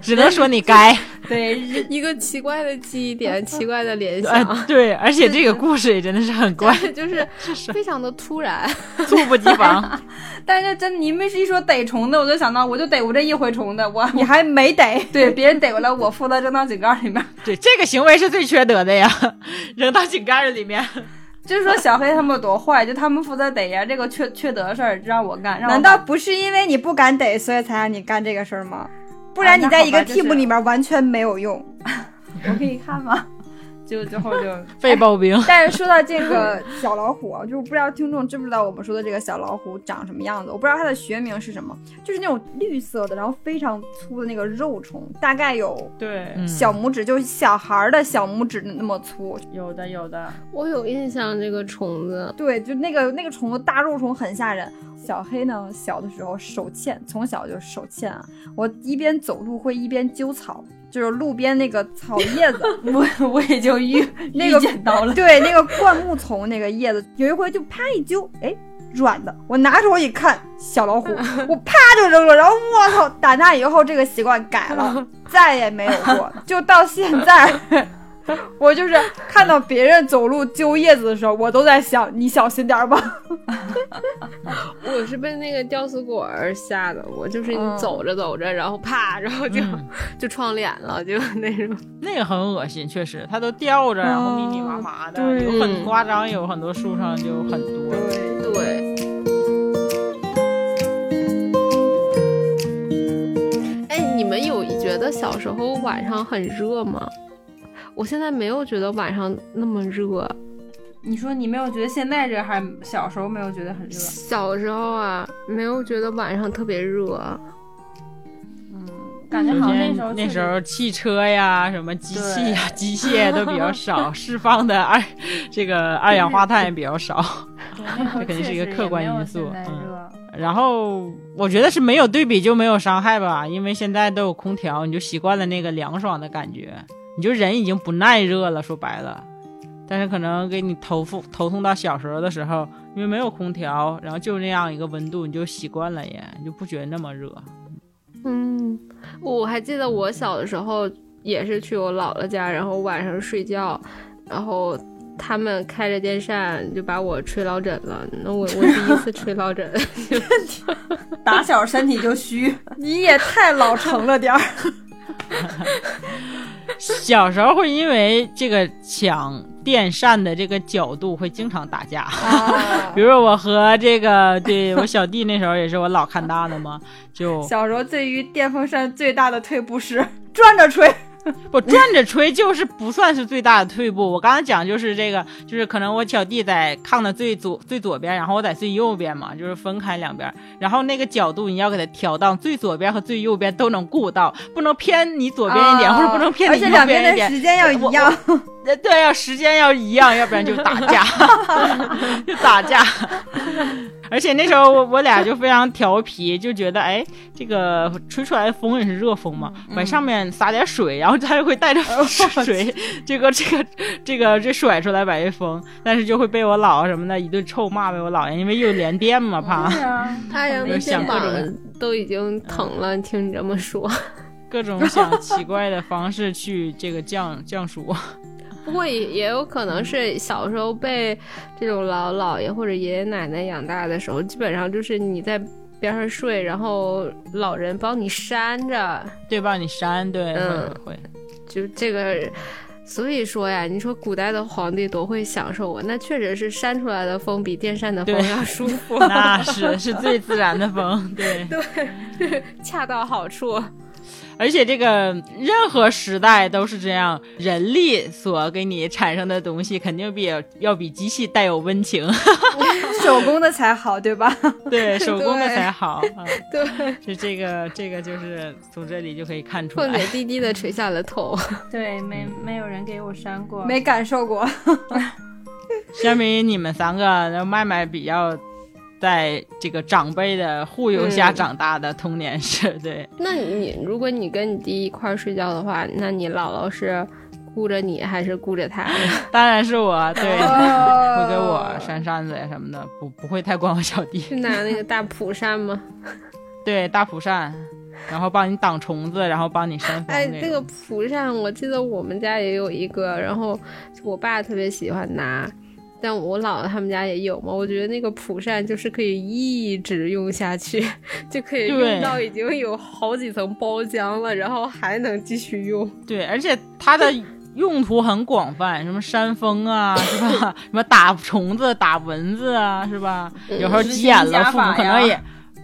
S2: 只能说你 该。
S3: 对，人
S4: 一个奇怪的记忆 点，奇怪的联
S2: 哎
S4: 想，，
S2: 对，而且这个故事也真的是很怪，
S4: 就是
S2: 是
S4: 非常的突然。
S2: 猝不及 防。
S3: 但是真你们一说逮虫子，我就想到我就逮过这一回虫子，我
S1: 你还没逮，
S3: 对别人逮过来，我负责扔到井盖里面。
S2: 对，这个行为是最缺德的呀， 扔到井盖里面。
S3: 哎就是说小黑他们有多坏，就他们负责逮呀，这个缺缺德事儿让我干，让我
S1: 难道不是因为你不敢逮，所以才让你干这个事儿吗？不然你
S3: 啊那
S1: 在一个
S3: 好吧就是
S1: team 里面完全没有用。
S3: 我可以看吗？就最后 就
S2: 被刨冰，
S1: 但是说到这个 小老虎，啊，就是不知道听众知不知道我们说的这个小老虎长什么样子，我不知道它的学名是什么，就是那种绿色的，然后非常粗的那个肉虫，大概有
S3: 对，
S2: 嗯
S1: 小拇指，就是小孩儿的小拇指那么粗。
S3: 有的有的，
S4: 我有印象，这个虫子
S1: 对，就那个那个虫子，大肉虫很吓人。小黑呢，小的时候手欠，从小就手欠啊，我一边走路会一边揪草。就是路边那个草叶子，
S3: 我我也就 遇
S1: 那个
S3: 遇见到了，
S1: 对，那个灌木丛那个叶子，有一回就啪一揪，哎，软的。我拿手一看，小老虎，我啪就扔了。然后我操，打那以后这个习惯改了，再也没有过。就到现在， 我就是看到别人走路揪叶子的时候，我都在想，你小心点儿吧。
S4: 我是被那个吊死鬼儿吓的，我就是
S1: 嗯
S4: 走着走着，然后啪，然后就、
S2: 哦嗯
S4: 就撞脸了，就那种。
S2: 那个很恶心，确实，它都吊着，然后密密麻
S3: 哦
S2: 麻的，
S1: 嗯
S2: 有
S4: 对
S2: 很夸张，有很多树上就很多。
S4: 对。哎，你们有觉得小时候晚上很热吗？我现在没有觉得晚上那么热。
S3: 你说你没有觉得现在这还小时候没有觉得很热？
S4: 小时候啊，没有觉得晚上特别热。
S3: 感觉
S2: 首
S3: 好像
S2: 先
S3: 那时候
S2: 那
S3: 确
S2: 时
S3: 实
S2: 候汽车呀、什么机器呀、机械都比较少， 释放的二这个二氧化碳也比较少。
S3: 对那时候
S2: 这肯定是一
S3: 确
S2: 个
S3: 实也
S2: 客观
S3: 没有
S2: 因素
S3: 现在
S2: 嗯
S3: 热
S2: 然后我觉得是没有对比就没有伤害吧，因为现在都有空调，你就习惯了那个凉爽的感觉，你就人已经不耐热了，说白了。但是可能给你头痛头痛到小时候的时候，因为没有空调，然后就那样一个温度，你就习惯了也，你就不觉得那么热。
S4: 嗯，我还记得我小的时候也是去我姥姥家，然后晚上睡觉，然后他们开着电扇就把我吹老枕了。那我我第一次吹老枕，
S3: 打小身体就 虚，
S1: 你也太老成了 点儿。
S2: 小时候会因为这个抢电扇的这个角度会经常打架， 比如我和这个对我小弟那时候也是我老看大的嘛，就
S1: 小时候对于电风扇最大的退步 是转着吹。
S2: 我转着吹就是不算是最大的退步。我刚才讲就是这个，就是可能我小弟在炕的最左最左边，然后我在最右边嘛，就是分开两边。然后那个角度你要给它调到最左边和最右边都能顾到，不能偏你左边一点，
S1: 啊
S2: 或者不能偏
S1: 而
S2: 你
S1: 且
S2: 右
S1: 两
S2: 边一
S1: 边的
S2: 点。
S1: 时间要一样。
S2: 呃对， 要时间要一样，要不然就打架，就打架。 而且那时候我我俩就非常调皮，就觉得哎，这个吹出来的风也是热风嘛，
S3: 嗯
S2: 往上面撒点水，然后它就会带着
S3: 哦
S2: 水，这个这个这个这甩出来白风，但是就会被我姥姥什么的一顿臭骂，被我姥爷，因为又连电嘛，怕
S3: 对啊，
S4: 太阳的
S2: 有
S4: 肩
S2: 想各
S4: 膀
S2: 种嗯
S4: 都已经疼了，听你这么说。
S2: 各种想奇怪的方式去这个降降暑。
S4: 不过也也有可能是小时候被这种老姥爷或者爷爷奶奶养大的时候，基本上就是你在边上睡，然后老人帮你扇着，
S2: 对吧？你扇对，
S4: 嗯
S2: 会会。
S4: 就这个。所以说呀，你说古代的皇帝多会享受啊，那确实是扇出来的风比电扇的风
S2: 对
S4: 要舒服，
S2: 那是是最自然的风，对。
S4: 恰到好处。
S2: 而且这个任何时代都是这样，人力所给你产生的东西肯定比要比机器带有温情，
S5: 手工的才好，对吧？
S2: 对手工的
S4: 对
S2: 才好。啊、
S4: 对，
S2: 就这个这个就是从这里就可以看出
S4: 凤姐
S2: 来，
S4: 低低的垂下了头。
S3: 对，没没有人给我扇过，
S5: 没感受 过，
S2: 相比于你们三个，那麦麦比较。在这个长辈的忽悠下
S4: 嗯
S2: 长大的童年是、对，
S4: 那你如果你跟你弟一块儿睡觉的话，那你姥姥是顾着你还是顾着他呀？
S2: 当然是我对，
S4: 哦
S5: 我
S1: 呃
S2: 会给我啊扇扇子呀什么的，不不会太管我小弟。
S4: 是拿那个大蒲扇吗？
S2: 对，大蒲扇，然后帮你挡虫子，然后帮你扇风。
S4: 哎，
S2: 那
S4: 那个蒲扇，我记得我们家也有一个，然后我爸特别喜欢拿，但我姥姥他们家也有嘛。我觉得那个蒲扇就是可以一直用下去， 就可以
S2: 对
S4: 用到已经有好几层包浆了，然后还能继续用。
S2: 对，而且它的用途很广泛，什么扇风啊，是吧？ 什么打虫子、打蚊子啊，是吧？
S4: 呃
S2: 有时候急眼了，父母可能也。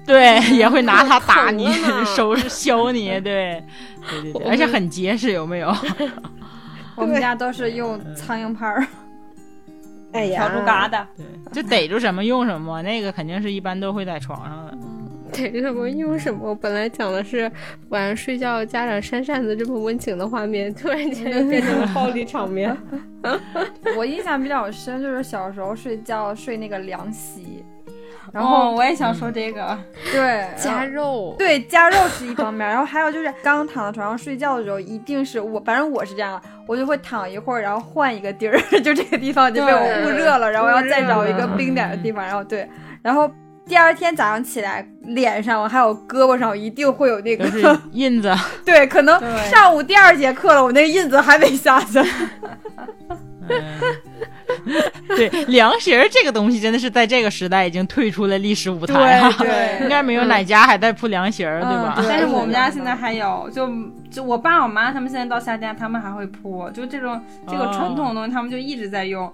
S2: 对，
S4: 嗯
S2: 也会拿它打你
S4: 捅了，呢
S2: 收拾削 你，对，对对对，而且很结实，有没有？
S5: 我们家都是
S2: 嗯
S5: 用苍蝇拍儿，
S4: 哎
S3: 笤帚疙瘩。
S2: 对，就逮住什么用什么，那个肯定是一般都会在床上的。
S4: 对，什么用什么？本来讲的是晚上睡觉家长扇扇子这么温情的画面，突然间就变成了暴力 场面。
S1: 我印象比较深，就是小时候睡觉睡那个凉席，然
S3: 哦
S1: 后、嗯
S3: 我也想说这个，
S1: 对然后
S4: 夹肉，
S1: 对夹肉是一方面，然后还有就是刚躺在床上睡觉的时候，一定是我，反正我是这样，我就会躺一会儿，然后换一个地儿， 就这个地方就被我捂热了，然后要再找一个冰点的地方，然后对，然后第二天早上起来，脸上还有胳膊上一定会有那
S2: 就
S1: 个，
S2: 是印子，
S1: 对，可能
S3: 对
S1: 上午第二节课了，我那个印子还没下去。
S2: 嗯 对，凉席儿这个东西真的是在这个时代已经退出了历史舞台了，
S1: 对
S2: 应该没有哪家还在铺凉席儿，对吧？
S1: 对
S3: 但是我们家现在还有，就就我爸我妈他们现在到夏天，他们还会铺，就这种这个传统的
S1: 哦
S3: 东西，他们就一直在用。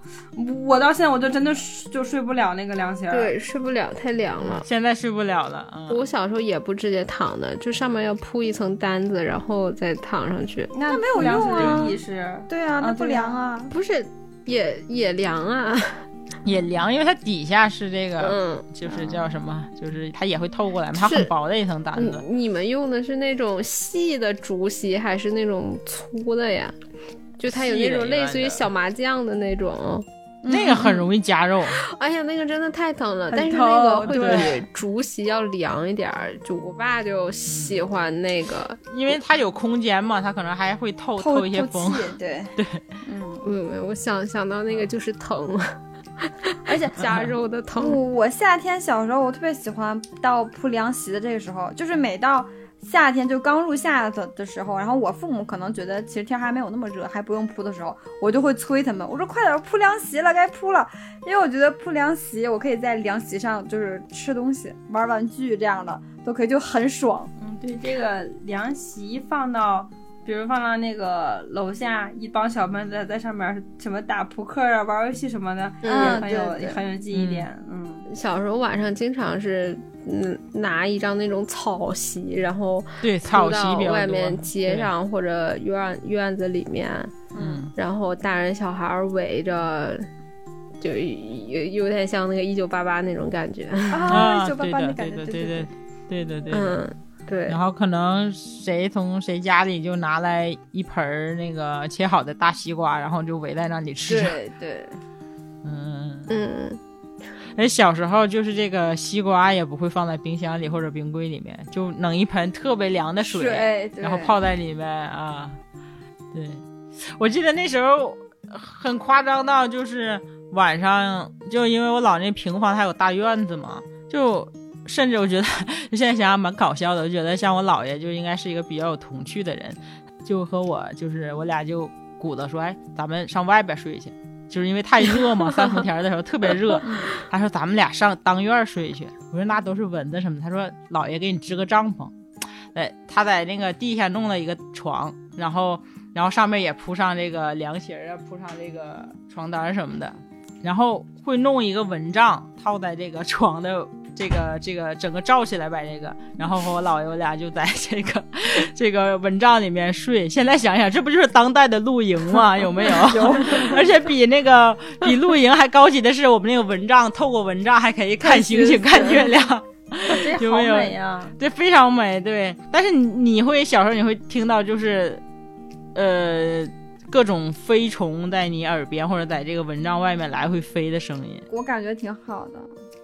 S3: 我到现在我就真的睡就睡不了那个凉席儿。
S4: 对，睡不了，太凉了。
S2: 现在睡不了了，嗯，
S4: 我小时候也不直接躺的，就上面要铺一层单子，然后再躺上去。
S3: 那没
S1: 有
S3: 凉席
S1: 用
S3: 的
S1: 啊
S3: 意义是，
S1: 对啊，那
S3: 啊
S1: 不
S3: 对啊
S1: 凉啊。
S4: 不是，也也凉啊。
S2: 也凉，因为它底下是这个，
S4: 嗯，
S2: 就是叫什么，就是它也会透过来嘛，它
S4: 是
S2: 很薄的一层单
S4: 你
S2: 子。
S4: 你们用的是那种细的竹席，还是那种粗的呀？就它有
S2: 细
S4: 那
S2: 的
S4: 种
S2: 一
S4: 类
S2: 般
S4: 似于
S2: 的
S4: 小麻将的那种，
S2: 那个很容易夹肉，啊
S4: 哎呀，那个真的太疼了，
S3: 很
S4: 但是那个
S3: 疼
S4: 会
S2: 对
S4: 比竹席要凉一点儿。就我爸就喜欢那个，
S2: 因为它有空间嘛，它可能还会透
S5: 透
S2: 一些
S5: 透
S2: 风。
S5: 气，对，嗯，
S4: 嗯，我想想到那个就是疼，
S5: 而且嗯
S4: 加肉的
S1: 我
S4: 疼。
S1: 哦我夏天小时候，我特别喜欢到铺凉席的这个时候，就是每到夏天就刚入夏的的时候，然后我父母可能觉得其实天还没有那么热，还不用铺的时候，我就会催他们，我说快点铺凉席了，该铺了，因为我觉得铺凉席，我可以在凉席上就是吃东西、玩玩具这样的都可以，就很爽。
S3: 嗯，对，这个凉席放到。比如放到那个楼下，一帮小朋友在在上面什么打扑克啊、玩游戏什么的，
S4: 嗯
S3: 也很有
S1: 对对
S3: 很有记忆点。嗯，
S4: 小时候晚上经常是嗯拿一张那种草席，然后
S2: 对，
S4: 铺
S2: 草席
S4: 到
S2: 比较
S4: 外
S2: 多
S4: 面街
S2: 对
S4: 上或者院院子里面，
S2: 嗯，
S4: 然后大人小孩儿围着。就有有点像那个一九八八那种感觉，
S1: 啊，
S2: 啊，
S1: 一九八
S2: 对
S1: 八那
S2: 的，
S1: 感觉，
S2: 对的，
S1: 对
S2: 的，对的，对的。
S4: 嗯，对
S2: 然，后可能谁从谁家里就拿来一盆儿那个切好的大西瓜，然后就围在那里吃。
S5: 对，
S2: 嗯，
S4: 嗯，
S2: 哎，小时候就是这个西瓜也不会放在冰箱里或者冰柜里面，就弄一盆特别凉的水，
S6: 水对
S2: 然后泡在里面啊。对，我记得那时候很夸张到就是晚上，就因为我老那平房它有大院子嘛，就甚至我觉得现在想想蛮搞笑的，我觉得像我姥爷就应该是一个比较有童趣的人，就和我就是我俩就鼓捣说，哎，咱们上外边睡去。就是因为太热嘛，三伏天的时候特别热。他说咱们俩上当院儿睡去。我说那都是蚊子什么的。他说姥爷给你支个帐篷，哎，他在那个地下弄了一个床，然后然后上面也铺上这个凉席儿啊，铺上这个床单儿什么的，然后会弄一个蚊帐套在这个 床的。这个这个整个罩起来把这个，然后和我姥爷我俩就在这个 这个蚊帐里面睡。现在想想，这不就是当代的露营吗？有 没有？而且比那个比露营还高级的是，我们那个蚊帐，透过蚊帐还可以看星星、看月亮，
S3: 这
S2: 有
S3: 好
S2: 没有
S3: 美呀！
S2: 这非常美。对，但是你你会小时候你会听到就是，呃，各种飞虫在你耳边或者在这个蚊帐外面来回飞的声音，
S6: 我感觉挺好的。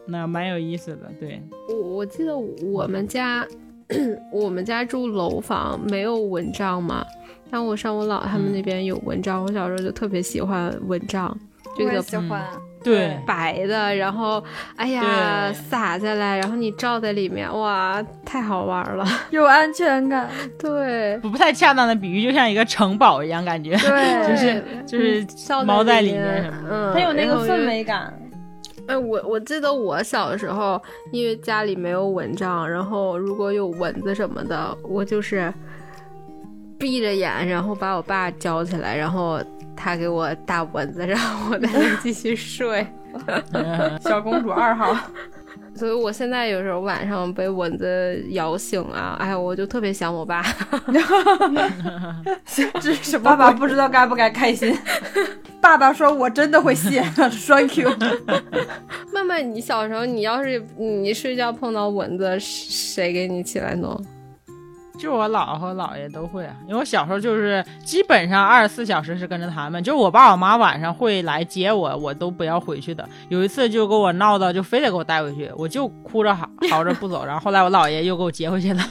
S2: 那蛮有意思的。对，
S4: 我我记得我们家 我们家住楼房，没有蚊帐嘛。但我上我姥他们那边有蚊帐，我小时候就特别喜欢蚊帐，就
S6: 我
S4: 那
S6: 也
S4: 个嗯
S6: 喜欢，
S2: 对，
S4: 白的，然后哎呀
S2: 对
S4: 撒下来，然后你罩在里面，哇，太好玩了。
S6: 有安全感。
S4: 对，
S2: 不太恰当的比喻，就像一个城堡一样，感觉
S6: 对，
S2: 就是就是
S4: 罩
S2: 猫在
S4: 里
S2: 里面什么的
S4: 嗯，
S3: 很有那
S4: 然后
S3: 个
S4: 就
S3: 氛围感。
S4: 哎，我我记得我小时候，因为家里没有蚊帐，然后如果有蚊子什么的，我就是闭着眼，然后把我爸叫起来，然后他给我打蚊子，然后我再继续睡。
S2: 嗯
S3: 小公主二号，
S4: 所以我现在有时候晚上被蚊子咬醒啊，哎，我就特别想我爸。
S3: 这是 爸爸不知道该不该开心。爸爸说：“我真的会 谢栓 Q。
S4: 曼曼，你小时候你要是你睡觉碰到蚊子，谁给你起来弄？
S2: 就我姥和姥爷都会啊，因为我小时候就是基本上二十四小时是跟着他们，就是我爸我妈晚上会来接我，我都不要回去的。有一次就给我闹到，就非得给我带回去，我就哭着嚎嚎着不走，然后后来我姥爷又给我接回去了，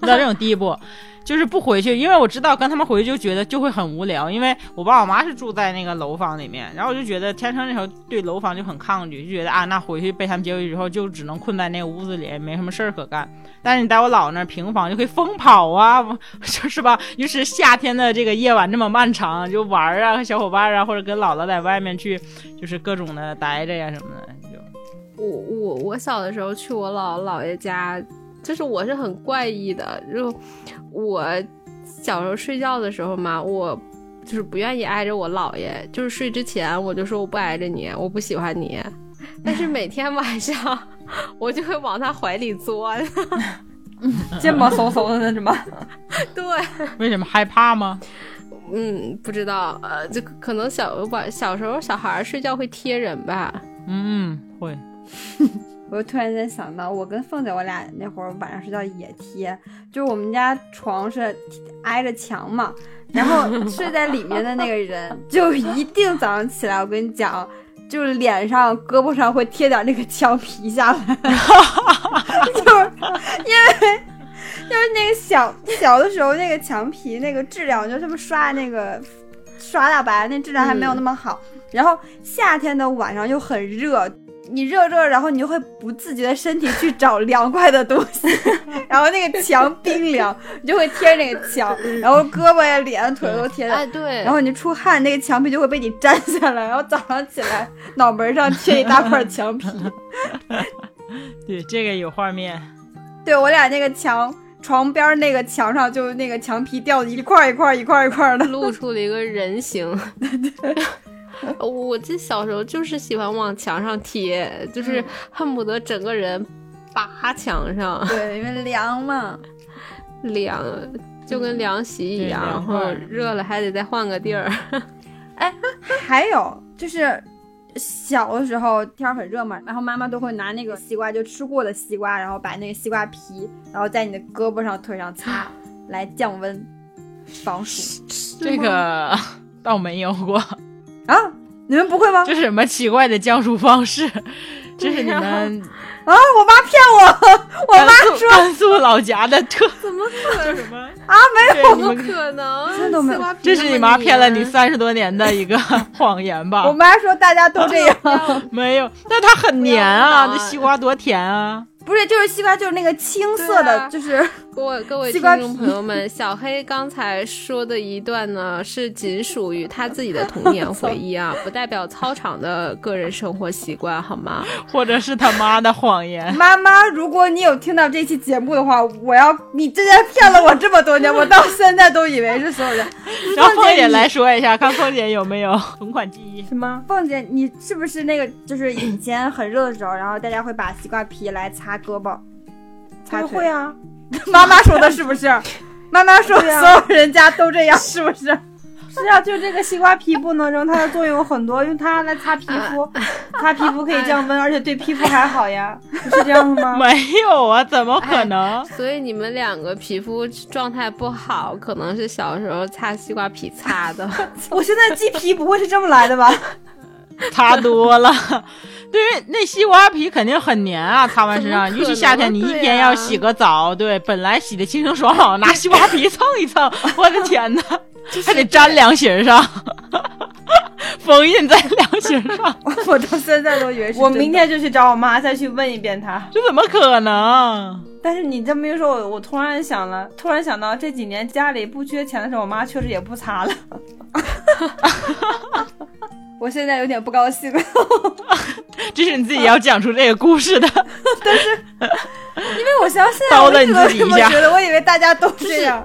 S2: 到这种地步。就是不回去，因为我知道跟他们回去就觉得就会很无聊，因为我爸我妈是住在那个楼房里面，然后我就觉得天生那时候对楼房就很抗拒，就觉得啊，那回去被他们接回去之后就只能困在那个屋子里，也没什么事儿可干。但是你在我姥那儿平房就可以疯跑啊， 就是吧？于是夏天的这个夜晚这么漫长，就玩儿啊，和小伙伴啊，或者跟姥姥在外面去，就是各种的待着呀、什么的，就
S4: 我我我小的时候去我姥姥姥爷家，就是我是很怪异的，就我小时候睡觉的时候嘛，我就是不愿意挨着我姥爷，就是睡之前我就说我不挨着你，我不喜欢你，但是每天晚上我就会往他怀里钻，”
S3: 肩膀嗖嗖的那什么，
S4: 对，
S2: 为什么害怕吗？
S4: 嗯，不知道，呃，就可能小晚小时候小孩儿睡觉会贴人吧，
S2: 嗯，嗯会。
S1: 我突然间想到，我跟凤姐我俩那会儿晚上睡觉也贴，就是我们家床是挨着墙嘛，然后睡在里面的那个人，就一定早上起来，我跟你讲，就是脸上、胳膊上会贴点那个墙皮下来，就是因为就是那个小小的时候那个墙皮那个质量，就他们刷那个刷大白那质量还没有那么好，然后夏天的晚上又很热。你热热，然后你就会不自觉的身体去找凉快的东西， 然后那个墙冰凉，你就会贴那个墙，然后胳膊呀、脸、啊腿都贴着。
S4: 哎，对，
S1: 然后你出汗，那个墙皮就会被你粘下来，然后早上起来脑门上贴一大块墙皮。
S2: 对，这个有画面。
S1: 对我俩那个墙床边那个墙上，就那个墙皮掉的一块一块一块一块的。
S4: 露出了一个 人形。我我记得小时候就是喜欢往墙上贴，就是
S2: 嗯
S4: 恨不得整个人扒墙上，
S1: 对，因为凉嘛。
S4: 凉就跟凉席一
S2: 对
S4: 样，然
S2: 凉快
S4: 后热了还得再换个地儿。
S1: 还有就是小的时候天儿很热嘛，然后妈妈都会拿那个西瓜，就吃过的西瓜，然后把那个西瓜皮，然后在你的胳膊上、腿上擦，来降温、防暑
S2: 这个倒没有过，
S1: 啊。你们不会吗？
S2: 这是什么奇怪的降暑方式？这是你们
S1: 啊！我妈骗我，我
S2: 甘
S1: 妈
S2: 肃甘肃老家的 特
S4: 怎么可能？
S2: 么
S1: 啊没有，
S2: 对
S4: 怎
S2: 你
S4: 么
S2: 们
S4: 可能？
S1: 真的没有
S4: 丝瓜皮
S2: 这
S4: 那
S2: 是
S4: 么
S2: 你妈骗了你
S4: 黏
S2: 三十多年的一个谎言吧
S4: 啊
S1: 我？妈说大家都这样，
S2: 没有，但它很黏啊，
S4: 不要
S2: 那西瓜多甜啊！
S1: 不是就是西瓜就是那个青色
S4: 对
S1: 的，
S4: 啊
S1: 就是
S4: 我各位
S1: 西
S4: 听
S1: 瓜
S4: 众
S1: 皮
S4: 朋友们，小黑刚才说的一段呢，是仅属于他自己的童年回忆啊，不代表操场的个人生活习惯，好吗？
S2: 或者是他妈的谎言，
S1: 妈妈，如果你有听到这期节目的话，我要你真的骗了我这么多年，我到现在都以为是所有人。
S2: 让凤姐来说一下，看凤姐有没 有同款记忆。
S3: 什么？
S1: 凤姐，你是不是那个就是以前很热的时候，然后大家会把西瓜皮来擦胳膊、擦
S3: 他
S1: 腿？
S3: 会 啊，
S1: 妈妈说的是不 是？妈妈说所
S3: 对啊
S1: 有人家都这样，是不是？
S3: 是啊，就这个西瓜皮不能扔，它的作用有很多，用它来擦皮
S1: 啊
S3: 肤，擦皮肤可以降温，而且对皮肤还好 呀，不是这样的吗？
S2: 没有啊，怎么可能？
S4: 所以你们两个皮肤状态不好，可能是小时候擦西瓜皮擦的。
S3: 我现在记皮不会是这么来 的吧？
S2: 擦多了， 对于那西瓜皮肯定很黏啊，擦完身上，
S4: 怎么可能
S2: 尤其夏天，你一天要洗个澡，对，本来洗的清清爽爽，拿西瓜皮蹭一蹭，
S4: 啊
S2: 我的天 呐，还得粘凉鞋上， 封印在凉鞋上，
S1: 我到现在都以为是真的。
S3: 我 明天就去找我妈再去问一遍她。
S2: 这怎么可能？
S3: 但是你这么一说，我我突然想了，突然想到这几年家里不缺钱的时候，我妈确实也不擦了。
S1: 我现在有点不高 兴了，
S2: 这是你自己要讲出这个故事的，
S1: 因为我相信啊
S2: 叨
S1: 我
S2: 了
S1: 为什么
S2: 你自己
S1: 这
S2: 一
S1: 么
S2: 下
S1: 觉得，我以为大家都这样。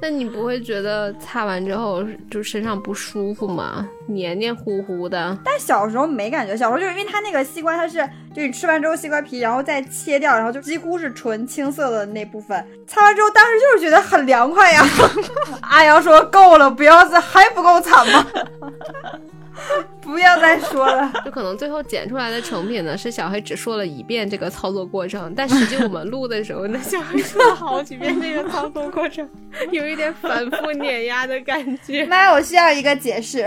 S4: 那你不会觉得擦完之后就身上不舒服吗？黏黏糊糊的。
S1: 但小时候没感觉，小时候就是因为它那个西瓜，它是就是你吃完之后西瓜皮，然后再切掉，然后就几乎是纯青色的那部分。擦完之后，当时就是觉得很凉快 呀。阿阳说够了，不要再还不够惨吗？不要再说了，
S4: 就可能最后剪出来的成品呢，是小黑只说了一遍这个操作过程，但实际我们录的时候呢，小黑说了好几遍这个操作过程，有一点反复碾压的感 觉。
S1: 妈，我需要一个解释，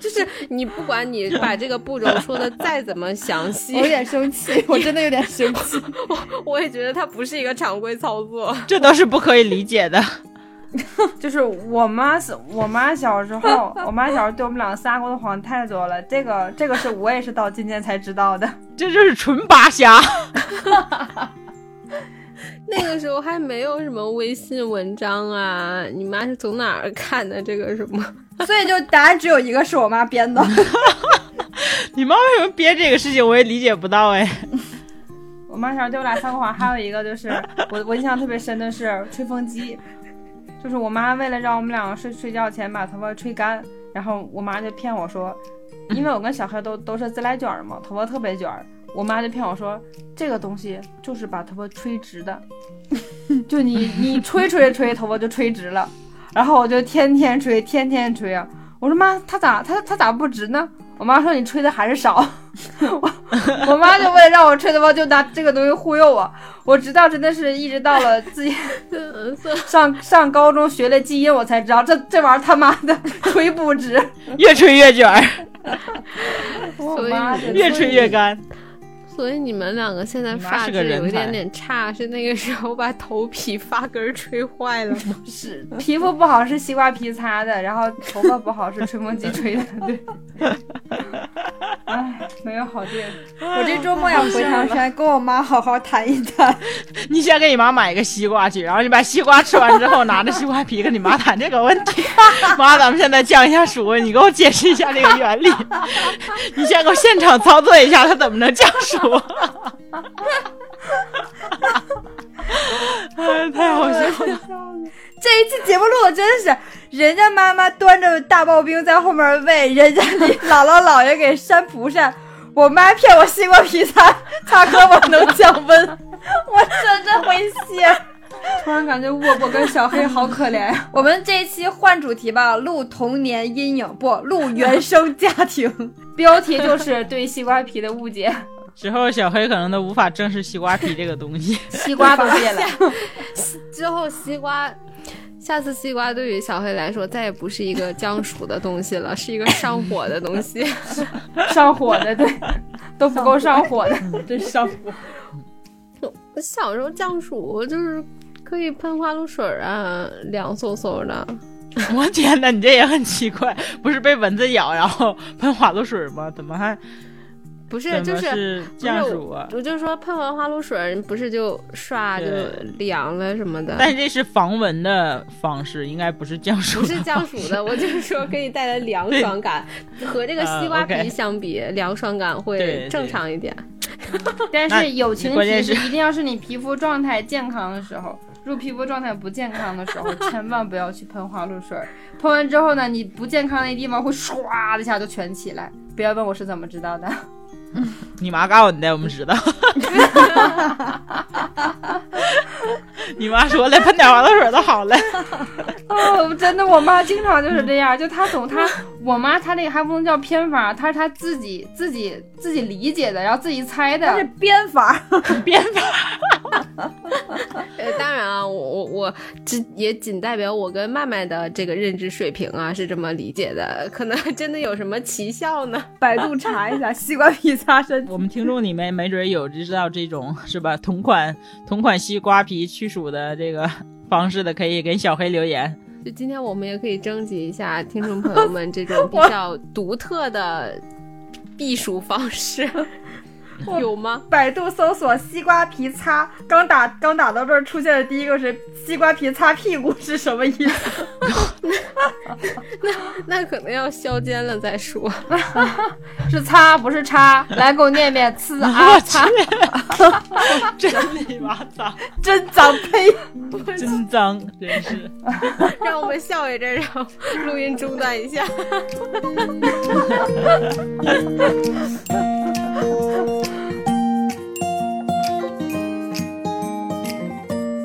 S4: 就是你不管你把这个步骤说的再怎么详细
S1: 我，有点生 气，我真的有点生气。
S4: 我也觉得它不是一个常规操作。
S2: 这都是不可以理解的。
S3: 就是我妈是我妈小时候，我妈小时候对我们俩撒过的谎太多了。这个这个是我也是到今天才知道的。
S2: 这就是纯扒瞎，
S4: 那个时候还没有什么微信文章啊，你妈是从哪儿看的这个什么？
S1: 所以就答案只有一个是我妈编 的。
S2: 你妈为什么编这个事情，我也理解不到哎。
S3: 我妈小时候对我俩撒过谎，还有一个就是我我印象特别深的是吹风机，就是我妈为了让我们俩睡睡觉前把头发吹干，然后我妈就骗我说，因为我跟小黑都都是自来卷儿嘛，头发特别卷儿，我妈就骗我说这个东西就是把头发吹直的， 就你你吹吹吹头发就吹直了，然后我就天天吹天天吹啊，我说妈它咋它它咋不直呢？我妈说你吹的还是少。 我妈就为了让我吹头发，就拿这个东西忽悠我。我直到真的是一直到了自己 上上高中学了基因，我才知道这这玩意儿他妈的吹不直。
S2: 越吹越卷儿，
S3: 我
S4: 所以
S3: 妈
S4: 你
S3: 的
S2: 越吹越干。
S4: 所以你们两个现在
S2: 你妈
S4: 发
S2: 是
S4: 质
S2: 个人
S4: 有一点
S2: 才
S4: 点差，是那个时候把头皮发根儿吹坏了吗？ 是，
S3: 皮肤不好是西瓜皮擦的，然后头发不好是吹风机吹的。对，哎，没有好地儿。
S1: 我这周末要回唐山，跟我妈好好谈一谈。
S2: 你先给你妈买一个西瓜去，然后你把西瓜吃完之后，拿着西瓜皮跟你妈谈这个问题。 妈，咱们现在降一下暑温，你给我解释一下这个原理。 你先给我现场操作一下，它怎么能降暑？ 哎，太好笑了！
S1: 这一期节目录的真是，人家妈妈端着大刨冰在后面喂，人家你姥姥姥爷给扇蒲扇，我妈骗我西瓜皮擦擦胳膊能降温，我真的会谢。
S3: 突然感觉我我跟小黑好可怜啊呀。
S1: 我们这一期换主题吧，录童年阴影，不录原生家庭。
S3: 标题就是对西瓜皮的误解，
S2: 之后小黑可能都无法正视西瓜皮这个东西。
S3: 西瓜都戒了。
S4: 之后西瓜，下次西瓜对于小黑来说再也不是一 个降暑的东西了，是一个上火的东西。
S3: 上火的，对，都不够上火的，真上火。
S4: 我小时候降暑就是可以喷花露水儿啊，凉飕飕的。
S2: 我天呐，你这也很奇怪，不是被蚊子咬然后喷花露水吗？怎么还
S4: 不是，
S2: 怎
S4: 就
S2: 么
S4: 是
S2: 是降暑啊？
S4: 我就说喷完花露水儿，你不是就刷就
S2: 对
S4: 凉了什么的。
S2: 但这是防蚊的方式，应该不是啊降暑
S4: 不
S2: 的。
S4: 是降暑的，我就是说可以带来凉爽感，和这个西瓜
S2: 啊
S4: 皮
S2: ，OK
S4: 相比，凉爽感
S2: 对
S4: 会
S2: 对
S4: 正常一点。
S3: 但
S2: 那
S3: 是友情
S2: 关
S3: 提
S2: 键
S3: 示
S2: 是
S3: 一定要是你皮肤状态健康的时候，如果皮肤状态不健康的 时候，千万不要去喷花露水儿。喷完之后呢，你不健康的地方会唰的一下就全起来。不要问我是怎么知道的，
S2: 你妈告诉你的，我们 知道。你妈说了，喷点花露水就好了。
S3: 哦，真的，我妈经常就是这样，就她总她，我妈她这个还不能叫偏方，她是她自己自己自己理解的，然后自己猜 的
S5: 它是。编法 儿，
S4: 呃，当然啊，我我我只也仅代表我跟麦麦的这个认知水平啊，是这么理解的。可能真的有什么奇效呢？
S5: 百度查 一下西瓜皮擦身体。
S2: 我们听众里面没准有知道这种是吧？同款同款西瓜皮去暑的这个方式的，可以给小黑留言。
S4: 就今天我们也可以征集一下听众朋友们这 种比较独特的避暑方式，有吗？
S5: 百度搜索西瓜皮擦，刚打刚打到这儿，出现的第一个是西瓜皮擦屁股是什么意思？
S4: 那可能要削尖了再说。
S3: 是擦不是插，来给我念念呲啊
S2: 我去
S3: 擦，，
S2: 真你妈 脏，
S5: 真脏呸！
S2: 真脏， 真是。
S4: 让我们笑一阵，然 后录音中断一下。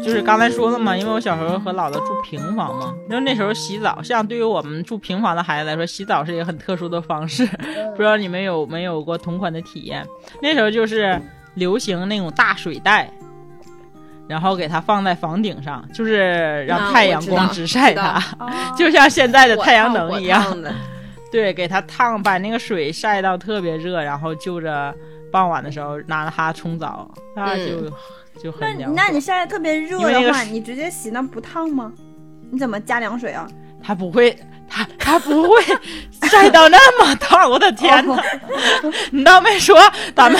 S2: 就是刚才说了嘛，因为我小时候和姥姥住平房嘛，然后那时候洗澡，像对于我们住平房的孩子来说，洗澡是一个很特殊的方式。 不知道你们有没有过同款的体验？那时候就是流行那种大水袋，然后给它放在房顶上，就是
S4: 啊
S2: 让太阳
S4: 我知
S2: 光
S4: 道
S2: 直晒它，
S3: 哦
S2: 就像现在的
S4: 火
S2: 太阳
S4: 烫
S2: 能
S4: 火
S2: 一样。
S4: 烫的，
S2: 对，给它烫，把那个水晒到特别热，然后就着傍晚的时候拿它冲澡，那就、就
S5: 那
S2: 很
S5: 你
S2: 凉
S5: 那
S2: 快。
S5: 你晒得特别热
S2: 因为那
S5: 的
S2: 个
S5: 话，
S2: 是
S5: 你直接洗那不烫吗？你怎么加凉水啊？
S2: 它不会，它它不会晒到那么烫，我的天哪！
S5: 哦
S2: 你倒没说 咱们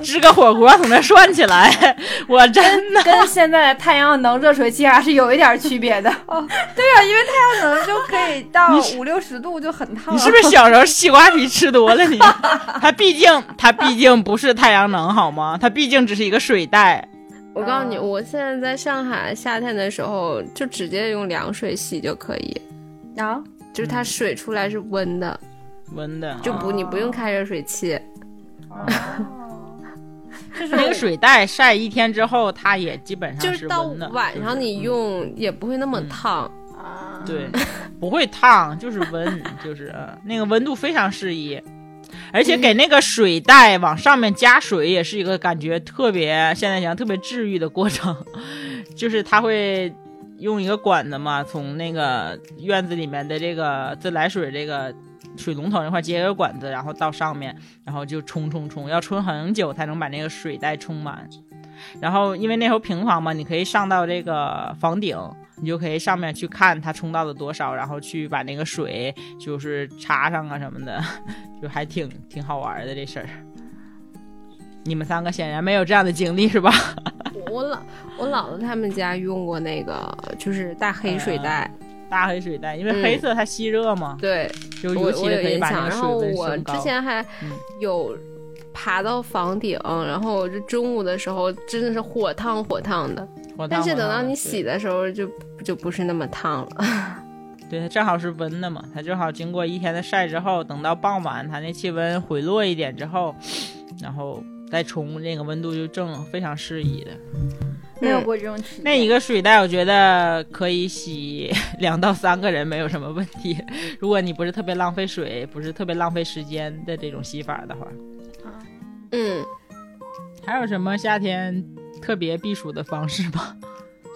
S2: 支个火锅从那涮起来，我真的
S3: 跟现在的太阳能热水器还是有一点区别 的。
S5: 对啊，因为太阳能就可以 到五六十度就很烫
S2: 你
S5: 了。
S2: 是不是小时候西瓜皮吃多了你？它毕竟它毕竟不是太阳能好吗？它毕竟只是一个水袋。
S4: 我告诉你，
S3: 啊
S2: 嗯
S4: 我现在在上海夏天的时候，就直接用凉水洗就可以，
S5: 啊？
S4: 就是
S2: 嗯
S4: 它水出来是温的，
S2: 温的，
S4: 就不你不
S2: 哦
S4: 用开热水器。
S5: 啊
S2: 就是那个水袋晒一天之后，它也基本
S4: 就
S2: 上
S4: 是到
S2: 温的。嗯
S4: 晚上你用也不会那么烫，
S3: 啊
S2: 对，不会烫，就是温，就是呃那个温度非常适宜，而且给那个水袋往上面加水也是一个感觉特别，现在想特别治愈的过程， 就是它会。用一个管子嘛，从那个院子里面的这个自来水这个水龙头那块接一个管子，然后到上面，然后就冲冲冲，要冲很久才能把那个水袋冲满。然后因为那时候平房嘛，你可以上到这个房顶，你就可以上面去看它冲到了多少，然后去把那个水就是插上啊什么的， 就还挺挺好玩的这事儿。你们三个显然没有这样的经历是吧？
S4: 我我老我姥姥他们家用过那个，就是大黑水
S2: 嗯
S4: 袋，
S2: 大黑水袋，因为
S4: 嗯
S2: 黑色它吸热嘛，
S4: 对
S2: 就
S4: 我
S2: 尤其
S4: 我有
S2: 的可以
S4: 印
S2: 把
S4: 象。
S2: 那个
S4: 然
S2: 水
S4: 后
S2: 温
S4: 我
S2: 升高
S4: 之。前还
S2: 嗯
S4: 有爬到房顶，然后就中午的时候真的是火烫火烫的，
S2: 我当
S4: 但是
S2: 我
S4: 等到
S2: 当
S4: 你
S2: 对
S4: 洗的时候就就不是那么烫 了。
S2: 对，它正好是温的嘛，它正好经过一天的晒之后，等到傍晚它那气温回落一点之后，然后再冲，那个温度就正非常适宜的。
S1: 没有过这种体验。
S2: 嗯那一个水袋，我觉得可以洗 两到三个人没有什么问题。 如果你不是特别浪费水，不是特别浪费时间的这种洗法的话，
S4: 嗯，
S2: 还有什么夏天特别避暑的方式吗？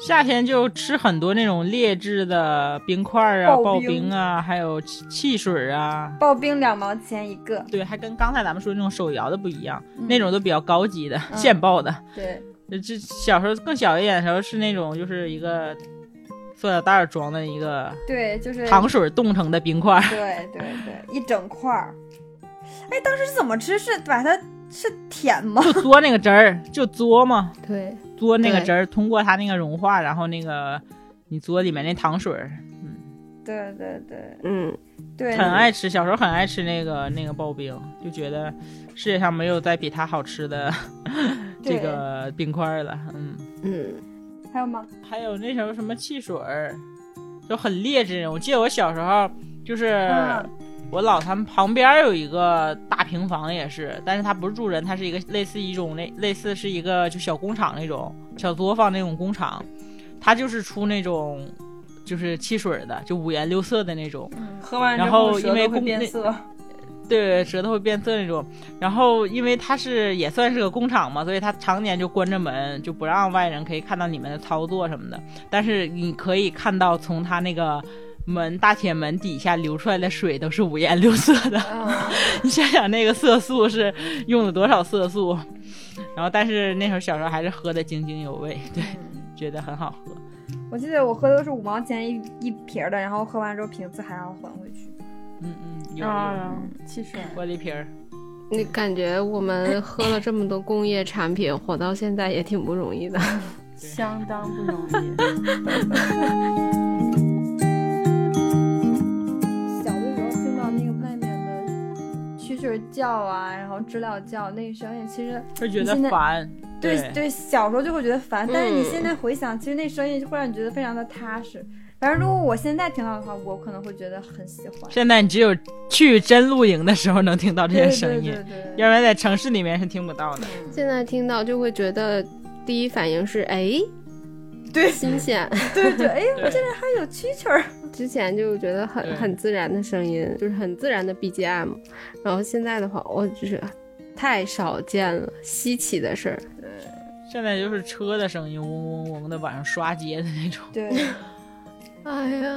S2: 夏天就吃很多那种劣质的冰块儿啊、
S1: 刨
S2: 刨
S1: 冰
S2: 冰啊，还有汽汽水啊。
S1: 刨冰两毛钱一个，
S2: 对，还跟刚才咱们说的那种手摇的不一样，
S1: 嗯
S2: 那种都比较高级的、
S1: 嗯
S2: 现爆的。
S1: 对，
S2: 这这小时候更小一点的时候是那种就是一个塑料袋儿装的一个
S1: 对，就是
S2: 糖水冻成的冰块儿，
S1: 对对对，一整块儿。哎，当时是怎么吃？是把它是舔 吗？
S2: 就嘬那个汁儿，就嘬嘛，
S4: 对，
S2: 嘬那个
S4: 对
S2: 汁儿，通过它那个融化，然后那个你嘬里面那糖水儿，
S1: 对对对
S4: 嗯，
S1: 对，
S2: 很爱吃。小时候很爱吃那个那个刨冰，就觉得世界上没有再比它好吃的这
S1: 对
S2: 个冰块儿了。嗯，
S4: 嗯，
S1: 还有吗？
S2: 还有那时候什么汽水儿，就很劣质那种。我记得我小时候就是
S1: 嗯
S2: 我姥他们旁边有一个大平房，也是，但是它不是住人，它是一个类似一种那类似是一个就小工厂那种小作坊那种工厂，它就是出那种就是汽水儿的，就五颜六色的那种。
S3: 喝完之
S2: 然后
S3: 舌
S2: 因为
S3: 头会
S2: 公
S3: 变
S2: 那
S3: 色，
S2: 对，舌头会变色那种。然后，因为它是也算是个工厂嘛，所以它常年就关着门，就不让外人可以看到你们的操作什么的。但是你可以看到，从它那个门大铁门底下流出来的水都是五颜六色的。
S1: 嗯
S2: 你想想那个色素是用了多少色素？然后，但是那时候小时候还是喝的津津有味， 对，
S1: 嗯
S2: 觉得很好喝。
S1: 我记得我喝的都是五毛钱一一瓶儿的，然后喝完之后瓶子还要还回去。
S2: 嗯嗯，有有
S3: 啊，汽水。
S2: 玻璃瓶儿。
S4: 你感觉我们喝了这么多工业产品，活到现在也挺不容易的。
S3: 相当不容易。
S1: 小的时候听到那个外面的蛐蛐儿叫啊，然后知了叫，那个声音其实
S2: 会觉
S1: 你
S2: 得
S1: 现在
S2: 烦，
S1: 对
S2: 对
S1: 小时候就会觉得烦，但是你
S4: 嗯
S1: 现在回想，其实那声音会让你觉得非常的踏实。反正如果我现在听到的话，我可能会觉得很喜欢。
S2: 现在你只有去真露营的时候能听到这
S1: 对
S2: 些
S1: 对
S2: 声音，
S1: 对 对
S2: 要不然在城市里面是听不到的。
S4: 现在听到就会觉得第一反应是哎，
S1: 对
S4: 新鲜。
S1: 对对，哎，
S2: 对
S1: 我这里还有蛐蛐儿。
S4: 之前就觉得
S2: 对
S4: 很很自然的声音，就是很自然的 BGM，然后现在的话，我就是太少见了，稀奇的事儿。
S2: 现在就是车的声音，嗡嗡嗡的，晚上刷街的那种。
S1: 对，
S4: 哎呀，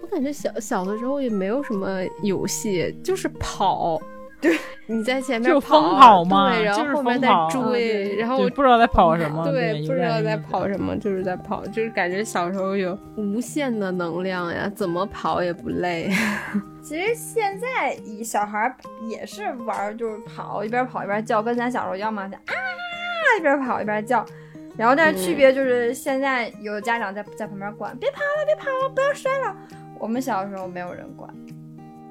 S4: 我感觉小小的时候也没有什么游戏，就是跑。对，你在前面
S2: 就
S4: 跑，
S2: 疯跑嘛
S4: 对，然
S2: 就
S4: 后
S2: 是
S4: 后面
S2: 疯
S4: 再
S2: 跑
S4: 追，然后
S2: 对，不知道在跑啊什么，
S4: 哦对，不
S2: 有
S4: 知
S2: 点
S4: 道在
S2: 意思
S4: 跑什么，就是在跑，就是感觉小时候有无限的能量呀，怎么跑也不累。
S1: 其实现在以小孩儿也是玩儿，就是跑一边跑一边叫，跟咱小时候一样嘛，就啊一边跑一边叫。然后但是区别就是现在有家长在在旁边管，别跑了，别跑了，不要摔了。我们小时候没有人管。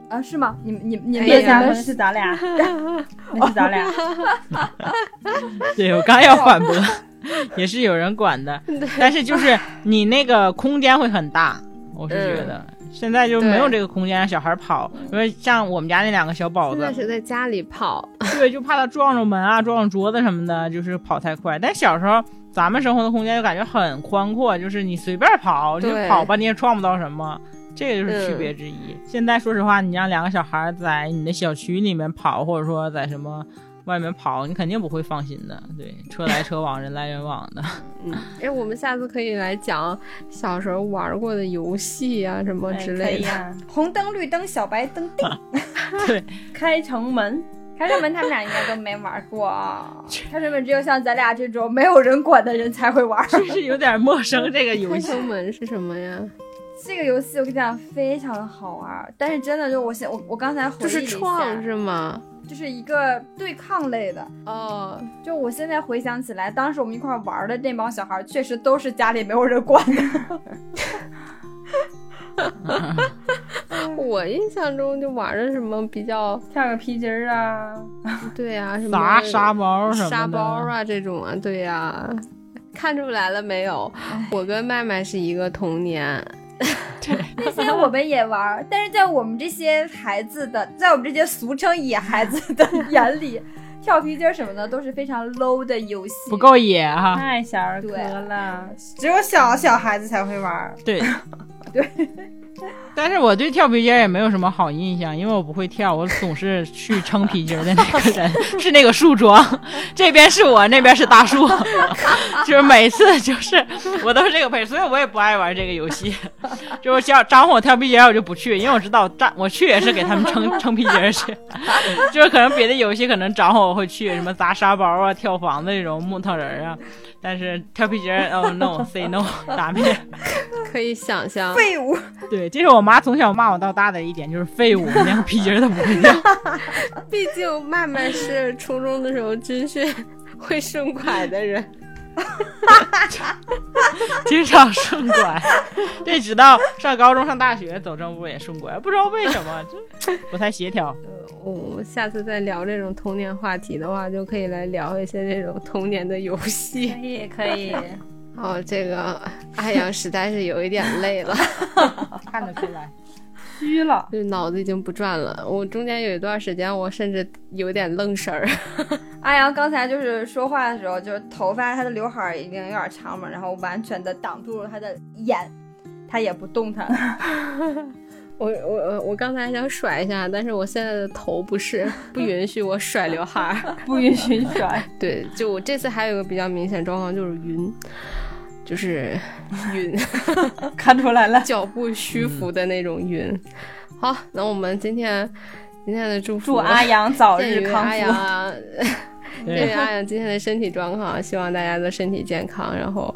S1: 啊，是吗？你们、你们、你们
S4: 哎
S1: 也
S4: 呀
S1: 家
S3: 那是咱俩，那是咱俩。
S5: 哦
S2: 对我刚要反驳， 也是有人管的，但是就是你那个空间会很大，我是觉得。
S4: 嗯
S2: 现在就没有这个空间让小孩跑，因为像我们家那两个小宝
S4: 现
S2: 子
S4: 在，是在家里跑，
S2: 对，就怕他撞着门啊、撞着桌子什么的，就是跑太快。但小时候咱们生活的空间就感觉很宽阔，就是你随便跑，你就
S4: 对
S2: 跑吧，你也撞不到什么。这个就是区
S4: 嗯
S2: 别之一。现在说实话，你让两个小孩在你的小区里面跑，或者说在什么外面跑，你肯定不会放心的。对，车来车往，人来人往 的。
S4: 哎，我们下次可以来讲小时候玩过的游戏啊，什么
S3: 哎
S4: 之
S3: 可
S4: 类
S3: 以
S4: 的。
S3: 呀
S1: 红灯绿灯小白灯叮。
S3: 啊 开城门，
S1: 开水门他们俩应该都没玩过，啊开水门只有像咱俩这种没有人管的人才会玩。
S2: 就是有点陌生这个游
S4: 开
S2: 戏。
S4: 城门是什么呀？
S1: 这个游戏我跟你讲非常的好玩儿，但是真的就我现我我刚才回
S4: 就
S1: 忆了
S4: 是
S1: 一下
S4: 创是吗？
S1: 就是一个对抗类的。
S4: 哦，
S1: 就我现在回想起来，当时我们一块儿玩儿的那帮小孩儿，确实都是家里没有人管的。
S4: 我印象中就玩的什么比较
S3: 跳个皮筋儿啊，
S4: 对啊，什
S2: 砸
S4: 么
S2: 沙包什么的，
S4: 沙包啊这种啊，对呀、看出来了没有？我跟麦麦是一个童年，
S1: 那些我们也玩儿，但是在我们这些孩子的，在我们这些俗称野孩子的 眼里，跳皮筋儿什么的都是非常 low 的游戏。
S2: 不，够野
S4: 哎
S2: 哈、
S3: 太小儿科
S1: 对
S3: 了，只有小小孩子才会玩儿。
S2: 对，但是我对跳皮筋儿也没有什么好印象，因为我不会跳，我总是去撑皮筋儿的那个人，是那个树桩，这边是我，那边是大树， 就是每次就是我都是这个配，所以我也不爱玩这个游戏。就是叫张火跳皮筋儿，我就不去，因为我知道站我去也是给他们撑撑皮筋儿去， 就是可能别的游戏可能张火我会去，什么砸沙包啊、跳房子这种木头人儿啊，但是跳皮筋儿哦 no，say no，打面。
S4: 可以想象，
S5: 废物，
S2: 对，这是我妈从小骂我到大的一点，就是废物，连个皮筋儿都不会掉。
S4: 毕竟曼曼是初中的时候军训 会顺拐的人。
S2: 经常顺拐， 这直到上高中、上大学走正步也顺拐，不知道为什么就不太协调。
S4: 我们下次再聊这种童年话题的话，就可以来聊一些这种童年的游戏
S3: 可。以可以，
S4: 哦，这个艾阳实在是有一点累 了，
S2: 看得出来，
S3: 虚了。
S4: 就是脑子已经不转了。我中间有一段时间，我甚至有点愣神儿。
S1: 阿阳刚才就是说话的时候，就是头发他的刘海儿已经有点长嘛，然后完全的挡住了他的眼，他也不动弹。
S4: 我我我我刚才还想甩一下，但是我现在的头不是不允许我甩刘海儿。
S3: 不允许甩，
S4: 对，就我这次还有一个比较明显状况就是晕，就是晕，
S3: 看出来了。
S4: 脚步虚浮的那种晕。好，那我们今天今天的祝福，
S3: 祝阿阳早
S4: 鉴
S3: 日
S4: 于
S3: 康
S4: 阿阳
S3: 复。
S4: 啊，鉴于
S2: 对，
S4: 阿阳今天的身体状况，希望大家都身体健康，然后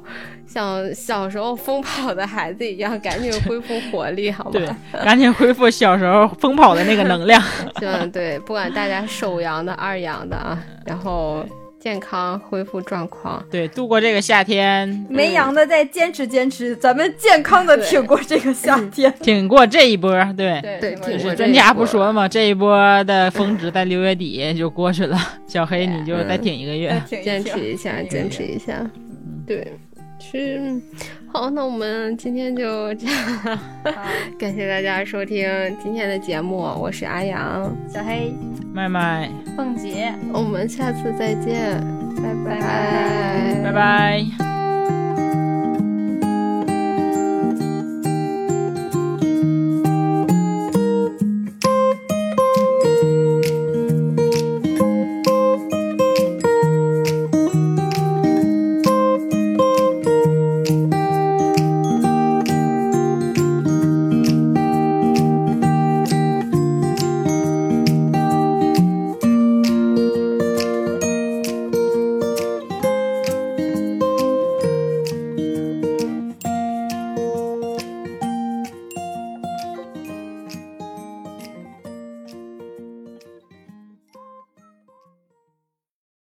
S4: 像小时候疯跑的孩子一样，赶紧恢复活力，好吗？
S2: 对，赶紧恢复小时候疯跑的那个能量。
S4: 希望对，不管大家首阳的、二阳的啊，然后健康恢复状况。
S2: 对，度过这个夏天，
S1: 没阳的再坚持坚持，咱们健康的挺过这个夏天。
S2: 挺过这一波。对，
S4: 嗯 对，
S1: 挺过这
S4: 挺
S1: 个
S4: 过这
S2: 专家
S4: 一波
S2: 不说嘛，这一波的峰值在六月底就过去了，小黑你就再
S4: 嗯
S2: 挺一个月。
S1: 挺
S4: 坚持一下，坚持一下。对，是好，那我们今天就这样，感谢大家收听今天的节目，我是阿阳，
S1: 小黑，
S2: 麦麦，
S3: 凤姐。
S4: 我们下次再见，
S1: 拜拜
S4: 拜
S2: 拜拜。